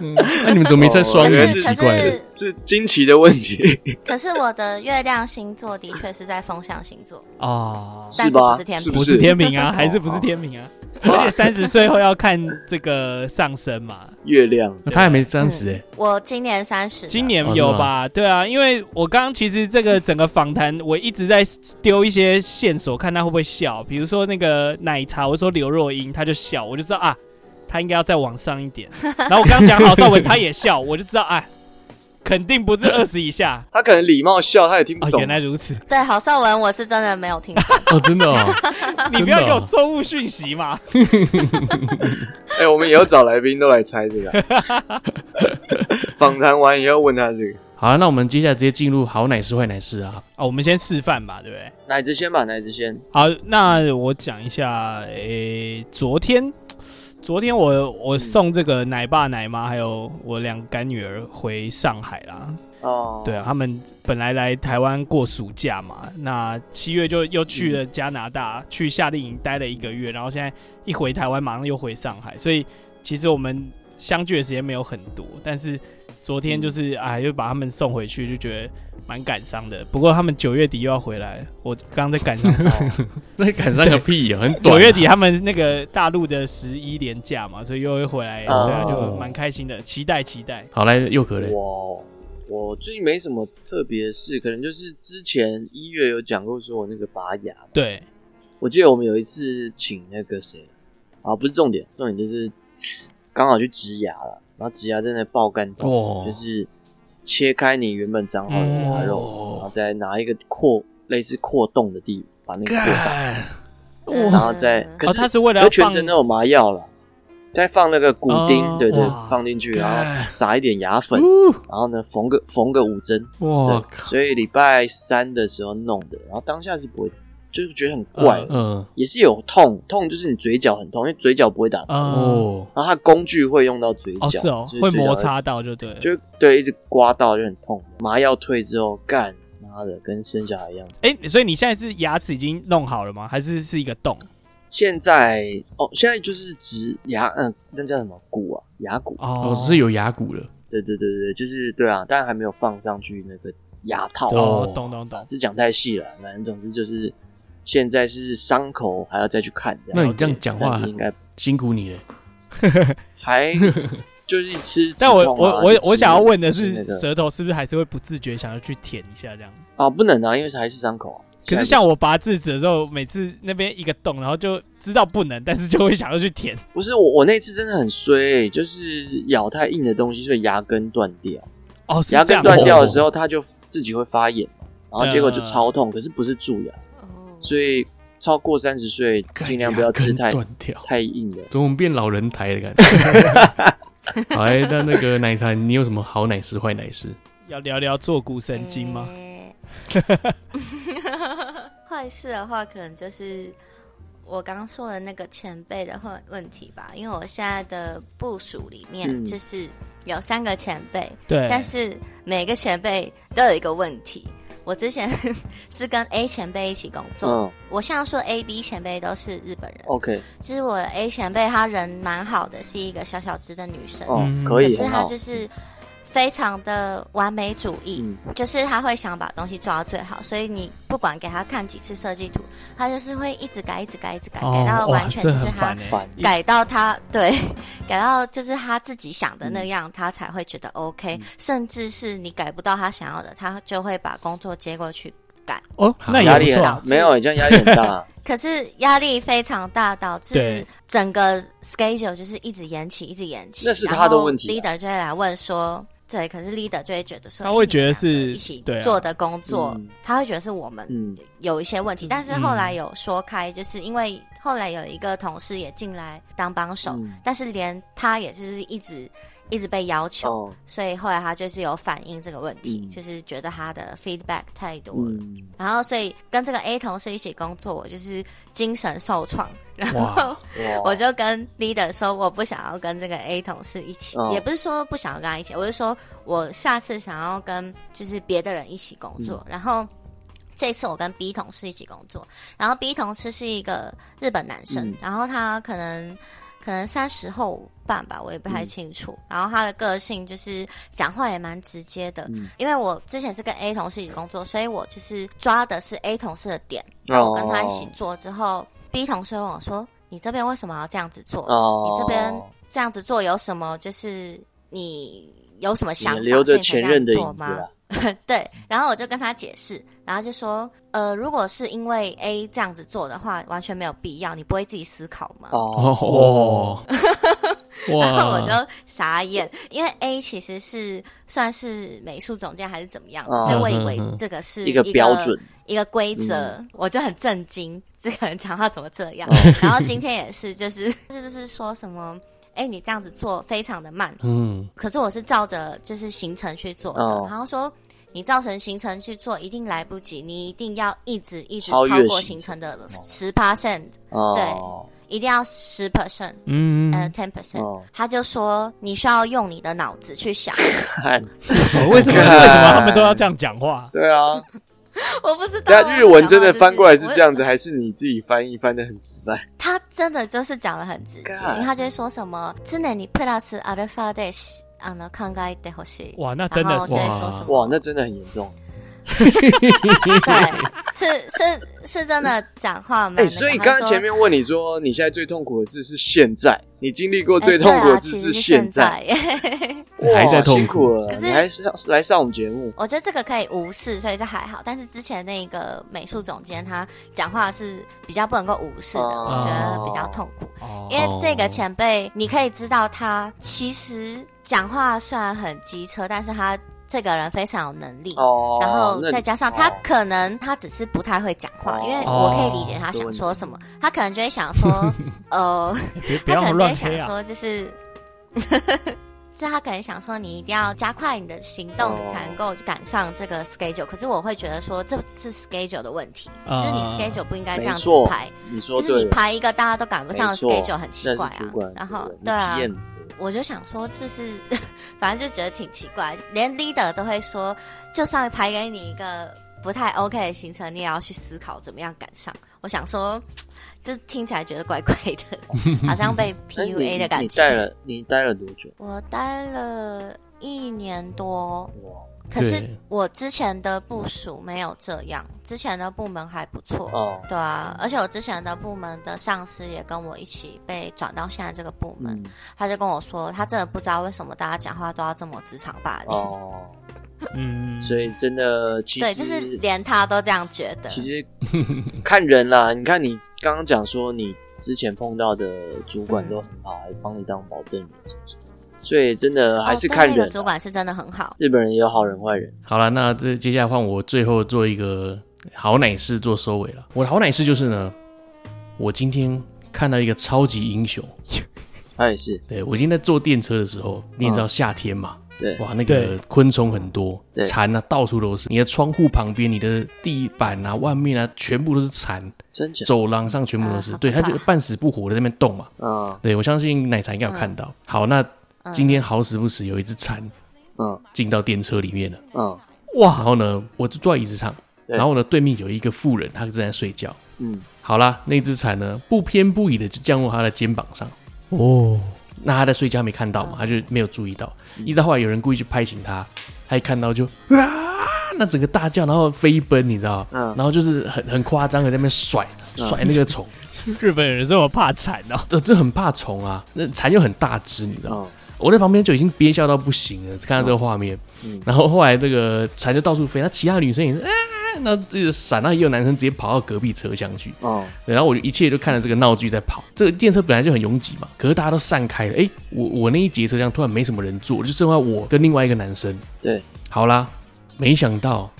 A: 嗯那你们怎么没猜双
D: 可
A: 鱼？
C: 原来
D: 是
A: 奇
D: 可
A: 怪的，
D: 是
C: 是惊奇的问题，
D: 可是我的月亮星座的确是在风象星座，
B: [laughs] 哦，
D: 但是
C: 吧
D: 不是？天秤
C: 是
B: 不
C: 是
B: 是天平啊，还是不是天平啊？而且三十岁后要看这个上升嘛，
C: 月亮？
A: 那哦他还没三
D: 嗯
A: 十哎，
D: 我今年三十，
B: 今年有吧？对啊，因为我刚刚其实这个整个访谈，我一直在丢一些线索，看他会不会笑。比如说那个奶茶，我说刘若英，他就笑，我就知道啊，他应该要再往上一点。然后我刚刚讲郝邵文，他也笑，我就知道啊，肯定不是二十以下。
C: 他可能礼貌笑，他也听
B: 啊
C: 不，懂。
B: 原来如此！
D: 对郝邵文，我是真的没有听过。
A: 哦，真的
D: [laughs]
A: 哦，
B: 你不要给我错误讯息嘛！
C: 哎、我们以后找来宾都来猜这个啊。访谈完以后问他这个，
A: 好，那我们接下来直接进入好奶师坏奶师啊。
B: 啊，我们先示范吧，对不对？
C: 奶子先吧，奶子先。
B: 好，那我讲一下，诶、昨天，昨天我我送这个奶爸奶妈还有我两个干女儿回上海啦。
C: 哦，
B: 对啊，，他们本来来台湾过暑假嘛，那七月就又去了加拿大，去夏令营待了一个月，然后现在一回台湾马上又回上海，所以其实我们相聚的时间没有很多，但是昨天就是哎、又把他们送回去，就觉得蛮感伤的。不过他们九月底又要回来，我刚刚在感伤什么？ [laughs]
A: 那赶上个屁哦，很短啊。
B: 九月底他们那个大陆的十一连假嘛，所以又会回来，
C: 哦
B: 对啊，就蛮开心的，期待期待。
A: 好来又可嘞，
C: 我我最近没什么特别的事，可能就是之前一月有讲过说我那个拔牙，
B: 对，
C: 我记得我们有一次请那个谁啊，不是重点，重点就是刚好去植牙了，然后植牙真的爆干痛，
A: 哦
C: 就是切开你原本长好的
B: 哦
C: 牙肉，
A: 嗯
C: 然后再拿一个扩类似扩洞的地把那个扩大，
A: 干
D: 嗯
C: 然后再可
B: 哦，
C: 是、
B: 他是为了
C: 可
B: 要
C: 是全
B: 放
C: 程都有麻药了。再放那个骨钉，
B: 哦
C: 对对
A: 哇，
C: 放进去，然后
A: 干
C: 撒一点牙粉，然后呢缝个缝个五针，
A: 哇
C: 对，所以礼拜三的时候弄的，然后当下是不会就是觉得很怪，
A: 嗯
C: 也是有痛，痛就是你嘴角很痛，因为嘴角不会打
B: 啊
C: 泡，
A: 哦，
C: 然后它工具会用到嘴角，
B: 哦是哦
C: 就，是
B: 会
C: 嘴角
B: 摩，擦到就对了。
C: 就对，一直刮到就很痛。麻药退之后，干妈的跟生小孩一样。
B: 哎、所以你现在是牙齿已经弄好了吗？还是是一个洞？
C: 现在哦，现在就是植牙，嗯、那叫什么骨啊？牙骨。
A: 哦
B: 哦，
A: 只是有牙骨了，
C: 对对对对，就是对啊，但还没有放上去那个牙套。
A: 对
B: 哦
A: 哦，
B: 懂懂懂。
C: 这讲太细了，反正总之就是现在是伤口还要再去看。
A: 那你这样讲话
C: 但是应该
A: 辛苦你了。
B: [laughs]
C: 还就是吃止
B: 但我
C: 痛啊
B: 我我
C: 就吃
B: 我想要问的
C: 吃那
B: 是，
C: 个
B: 舌头是不是还是会不自觉想要去舔一下这样？
C: 啊，不能啊，因为还是伤口啊。
B: 可是
C: 现在
B: 像我拔智齿的时候，每次那边一个洞，然后就知道不能，但是就会想要去舔。
C: 不是我我那次真的很衰、就是咬太硬的东西，所以牙根断掉。
B: 哦，是
C: 牙
B: 这
C: 根
B: 样
C: 断
B: 哦
C: 掉的时候，它就自己会发炎嘛，然后结果就
B: 嗯
C: 超痛，可是不是蛀牙，
D: 哦，
C: 所以超过三十岁尽量不要吃
A: 干牙
C: 太
A: 根断掉，
C: 太硬的。
A: 怎么变老人台的感觉？
D: [laughs]
A: 好，哎那那个奶茶，你有什么好奶师、坏奶师？
B: 要聊聊坐骨神经
D: [laughs]
B: 吗？
D: 诶？坏事的话，可能就是我刚刚说的那个前辈的话问题吧，因为我现在的部署里面
C: 嗯
D: 就是有三个前辈，
B: 对，
D: 但是每个前辈都有一个问题。我之前是跟 A 前辈一起工作，
C: 嗯哦
D: 我现在说 A、B 前辈都是日本人。
C: ，OK，
D: 其实我的 A 前辈她人蛮好的，是一个小小只的女生，
C: 哦
B: 嗯，
C: 可
D: 可
C: 以，
D: 是
C: 很
D: 她
C: 好
D: 就。是非常的完美主义，
C: 嗯
D: 就是她会想把东西抓到最好，所以你不管给她看几次设计图，她就是会一直改、一直改、一直改，改到完全
B: 哦哇这
D: 就是
B: 很
D: 她
B: 烦欸
C: 烦
B: 一
D: 改到他对，改到就是他自己想的那
C: 嗯
D: 样，他才会觉得 OK、甚至是你改不到他想要的，他就会把工作接过去改。
B: 哦，那也
C: 压力
B: 不
C: 很
B: 错
C: 大
B: 啊。，
C: 没有，你这样压力很大。
D: [laughs] 可是压力非常大，导致
B: 对
D: 整个 schedule 就是一直延期，一直延期。
C: 那是他的问题啊
D: 然后 leader 就会来问说。对，可是 leader 就会觉得说，
B: 他会觉得
D: 哎你们两个
B: 是
D: 一起
B: 对啊
D: 做的工作，
C: 嗯
D: 他会觉得是我们
C: 嗯，
D: 有一些问题，但是后来有说开，就是因为后来有一个同事也进来当帮手，
C: 嗯
D: 但是连他也是一直一直被要求，
C: 哦，
D: 所以后来他就是有反映这个问题，
C: 嗯
D: 就是觉得他的 feedback 太多了。
C: 嗯，
D: 然后，所以跟这个 A 同事一起工作，我就是精神受创。然后
A: 哇
C: 哦
D: 我就跟 leader 说，我不想要跟这个 A 同事一起，
C: 哦
D: 也不是说不想要跟他一起，我是说我下次想要跟就是别的人一起工作。
C: 嗯
D: 然后这次我跟 B 同事一起工作，然后 B 同事是一个日本男生，
C: 嗯
D: 然后他可能可能三十后半吧，我也不太清楚。
C: 嗯
D: 然后他的个性就是讲话也蛮直接的，
C: 嗯
D: 因为我之前是跟 A 同事一起工作，所以我就是抓的是 A 同事的点，然后我跟他一
C: 哦
D: 起做之后、b 同事问我说：“你这边为什么要这样子做？
C: 哦，
D: 你这边这样子做有什么？就是你有什么想法？
C: 你留着
D: 所以
C: 前
D: 你才这样
C: 任的
D: 做
C: 影子
D: 吗？”
C: 啊，
D: 对，然后我就跟他解释，然后就说，呃，如果是因为 A 这样子做的话，完全没有必要，你不会自己思考吗？
A: 哦，
D: 然后 [laughs] 我
A: 哇，
D: 就傻眼，因为 A 其实是算是美术总监还是怎么样的，
C: 哦
D: 所以我以为
A: 嗯嗯嗯
D: 这个是
C: 一个标准，
D: 一个规则，我就很震惊，这个人讲话怎么这样
C: 嗯哦？
D: [laughs] 然后今天也是，就是这就是说什么，哎，你这样子做非常的慢，
A: 嗯，
D: 可是我是照着就是行程去做的，
C: 哦
D: 然后说你照成行程去做一定来不及，你一定要一直一直
C: 超
D: 超
C: 越
D: 过
C: 行
D: 行
C: 程
D: 程的十 percent，
C: 哦，
D: 一定要十 percent，
A: 嗯
D: 呃 ten percent。
C: 哦，
D: 他就说你需要用你的脑子去想， [laughs]
C: 看，
B: 呃
A: [laughs]
B: 为什么为
C: 看
B: 什么他们都要这样讲话？
C: 哎对啊，
D: 我不知道
C: 但
D: 啊
C: 日文真的翻过来是
D: 我
C: 这样子，还是你自己翻译翻的很直白？
D: 他真的就是讲的很直接，
C: God
D: 因为他就会说什么“常にプラスアルファでしあの考えてほしい”，
B: 哇，那真的
D: 然后
B: 是
D: 就会说什么
C: 哇，那真的很严重。
D: 对，是是是真的讲话蛮
C: 哎，
D: 那个。
C: 所以
D: 他
C: 刚刚
D: 说
C: 前面问你说你现在最痛苦的事是现在，你经历过最痛苦
D: 哎对
C: 的
D: 啊
C: 事
D: 其实
C: 是
D: 是
C: 现在，
D: 在 [laughs]
A: 在还在
C: 哇，
A: 痛苦
C: 辛苦了
D: 可，是
C: 你还是要来上我们节目，
D: 我觉得这个可以无视，所以这还好。但是之前那个美术总监他讲话是比较不能够无视的，
C: 哦
D: 我觉得比较痛苦。
B: 哦
D: 因为这个前辈，你可以知道他其实讲话虽然很机车，但是他这个人非常有能力。
C: 哦，
D: 然后
C: 那你
D: 再加上他
C: 哦
D: 可能他只是不太会讲话
C: 哦，
D: 因为我可以理解他想说什么，他可能 [laughs] 就会想说，呃，
B: [laughs] 别不
D: 他
B: 要啊
D: 可能就会
B: 乱黑
D: 想
B: 啊！
D: [laughs] 说就是。这他可能想说你一定要加快你的行动，你才能够赶上这个 schedule。可是我会觉得说这是 schedule 的问题，
B: 啊
D: 就是你 schedule 不应该这
C: 没
D: 样子
C: 错
D: 排，，
C: 你说
D: 就是
C: 对
D: 你
C: 了，
D: 排一个大家都赶不
C: 没
D: 上的
C: 错
D: schedule 很奇怪
C: 那是主
D: 啊
C: 管。的
D: 然
C: 责任
D: 后
C: 你
D: 对啊，
C: PM 的责任
D: 我就想说这是， [laughs] 反正就觉得挺奇怪，连 leader 都会说，就算排给你一个不太 OK 的行程，你也要去思考怎么样赶上。我想说，就是听起来觉得怪怪的， [laughs] 好
C: [laughs]
D: 像被
C: 那你
D: PUA 的感
C: 你
D: 觉。
C: 待了你待了多
D: [laughs]
C: 久？
D: 我待了一年多，
C: 哇
D: 可是
A: 对
D: 我之前的部署没有这样，之前的部门还不错。
C: 哦，
D: 对啊，而且我之前的部门的上司也跟我一起被转到现在这个部门，
C: 嗯
D: 他就跟我说，他真的不知道为什么大家讲话都要这么职场霸凌，
C: 哦，
B: 嗯，
C: 所以真的其
D: 对，
C: 实
D: 就是连他都这样觉得。
C: 其实看人 [laughs] 啦，你看你刚刚讲说你之前碰到的主管都很好，还帮你当保证人什么什么，所以真的
D: 哦
C: 还是
D: 对
C: 看
D: 那
C: 人
D: 个
C: 啊、
D: 主管是真的很好，
C: 日本人也有好人坏人，
A: 好了，那这接下来换我最后做一个好奶事做收尾了。我的好奶事就是呢，我今天看到一个超级英雄，
C: 他也是
A: 对我今天在坐电车的时候，你也知道夏天嘛，
C: 嗯对
A: 哇，那个昆虫很多，
C: 对
A: 蝉啊到处都是，你的窗户旁边、你的地板啊、外面啊，全部都是蝉，
C: 真假
A: 走廊上全部都是，
D: 啊好
A: 对，它
D: 可
A: 就
D: 怕
A: 半死不活的在那边动嘛。
C: 嗯
A: 对我相信奶茶应该有看到。好，那
D: 嗯
A: 今天好死不死有一只蝉
C: 嗯
A: 进到电车里面了，
C: 嗯
A: 然
D: 啊
B: 哇，
A: 后呢，我就坐在椅子上，
C: 对
A: 然后呢，对面有一个妇人，她正在睡觉。
C: 嗯，
A: 好啦，那只蝉呢，不偏不倚的就降落她的肩膀上。
B: 哦，
A: 那他在睡觉没看到嘛，
D: 嗯
A: 他就没有注意到。一直到后来有人故意去拍醒他，他一看到就啊，那整个大叫，然后飞奔，你知道？
C: 嗯
A: 然后就是很很夸张的在那边甩
D: 嗯
A: 甩那个虫，
B: 日本人这么怕惨哦，
A: 这这很怕虫啊，那蝉又很大只，你知道？
C: 嗯
A: 我在旁边就已经憋笑到不行了，看到这个画面，
C: 嗯
A: 然后后来这个蝉就到处飞，那其他女生也是啊，那这个闪，那也有男生直接跑到隔壁车厢去，
C: 哦
A: 对然后我就一切就看着这个闹剧在跑。这个电车本来就很拥挤嘛，可是大家都散开了。诶，我我那一节车厢突然没什么人坐，就剩下我跟另外一个男生。
C: 对，
A: 好啦，没想到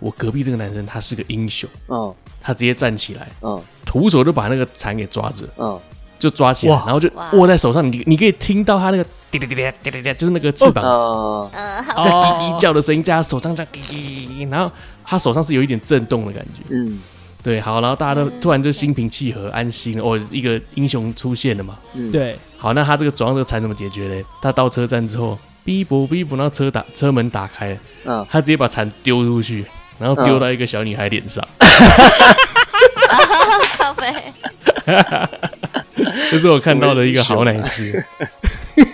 A: 我隔壁这个男生他是个英雄，
C: 嗯
A: 他直接站起来，
C: 嗯
A: 徒手就把那个蝉给抓着，
C: 嗯，
A: 就抓起来，
B: 哇
A: 然后就
D: 哇
A: 握在手上。你你可以听到他那个滴滴滴滴滴滴滴，就是那个翅膀
C: 呃
D: 呃，
A: 在滴
B: 哦
A: 滴叫的声音，在他手上这样滴滴滴滴滴，然后他手上是有一点震动的感觉。
C: 嗯
A: 对，好，然后大家都突然就心平气和、安心了，哦，一个英雄出现了嘛。
C: 嗯，
B: 对，，
A: 好，那他这个走上这个蝉怎么解决嘞？他到车站之后，逼不逼不，然后车打车门打开，
C: 嗯，
A: 他直接把蝉丢出去，然后丢到一个小女孩脸上，
D: 咖啡，
A: 这是我看到的一个好奶事。
D: 所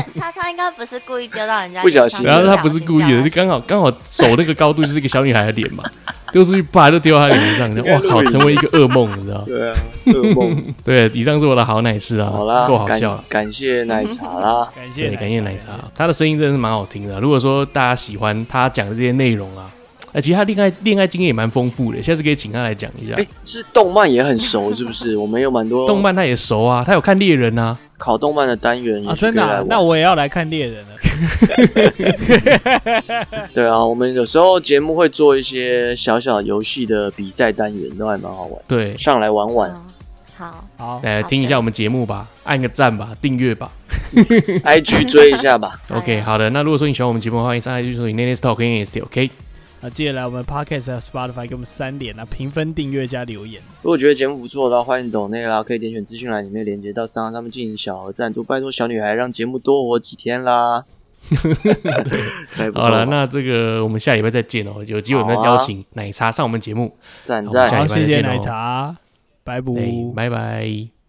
D: 以他他应该不是故意丢到人家
C: 不小
D: 脸
C: 心
D: 上，
A: 然后
D: 他
A: 他不是故意的，就
D: 就
A: 刚好刚好手那个高度就是一个小女孩的脸嘛，丢出去啪就丢到她脸上，就哇靠，成为一个噩梦，你知道？
C: 对啊，噩梦。
A: 对，以上是我的好奶事啊，
C: 好 [laughs] 啦，
A: 够好
C: 感
A: 笑了。
C: 感谢奶茶啦
B: 感谢
A: 对，感谢奶茶，他的声音真的是蛮好听的啊、如果说大家喜欢他讲的这些内容啊，哎，其实他恋爱恋爱经验也蛮丰富的，下次可以请他来讲一下。
C: 哎，是动漫也很熟是不是？我们有蛮多
A: 动漫他也熟啊，他有看猎人啊，
C: 考动漫的单元
B: 啊，
C: 也是
B: 真
C: 可以
B: 的
C: 来
B: 啊，
C: 玩。
B: 那我也要来看猎人了，
C: 对啊，我们有时候节目会做一些小小游戏的比赛单元，都还蛮好玩，
A: 对，
C: 上来玩玩。
D: 嗯好，
B: 好，
A: 来听一下我们节目吧，按个赞吧，订阅吧。嗯
C: IG 追一下吧， [laughs]
D: 好呀
A: OK，好的，那如果说你喜欢我们节目的话，上来就搜索 n a n e s Talk n a n e s OK。
B: 啊，记得来我们 podcast 和 Spotify 给我们三连啊，评分、订阅加留言。
C: 如果觉得节目不错的话，欢迎抖内啦，可以点选资讯栏里面连接到商行上面进行小额赞助，拜托小女孩让节目多活几
A: [laughs]
C: 天啦。才不够
A: 好
C: 啊
A: 了，那这个我们下礼拜再见哦，有机会我们再邀请奶茶上我们节目。
C: 赞
A: 好
C: 赞
A: 下。
B: 好，
A: 礼拜再
B: 谢
A: 见
B: 谢
A: 哦
B: 奶茶，拜拜。
A: 对，拜拜。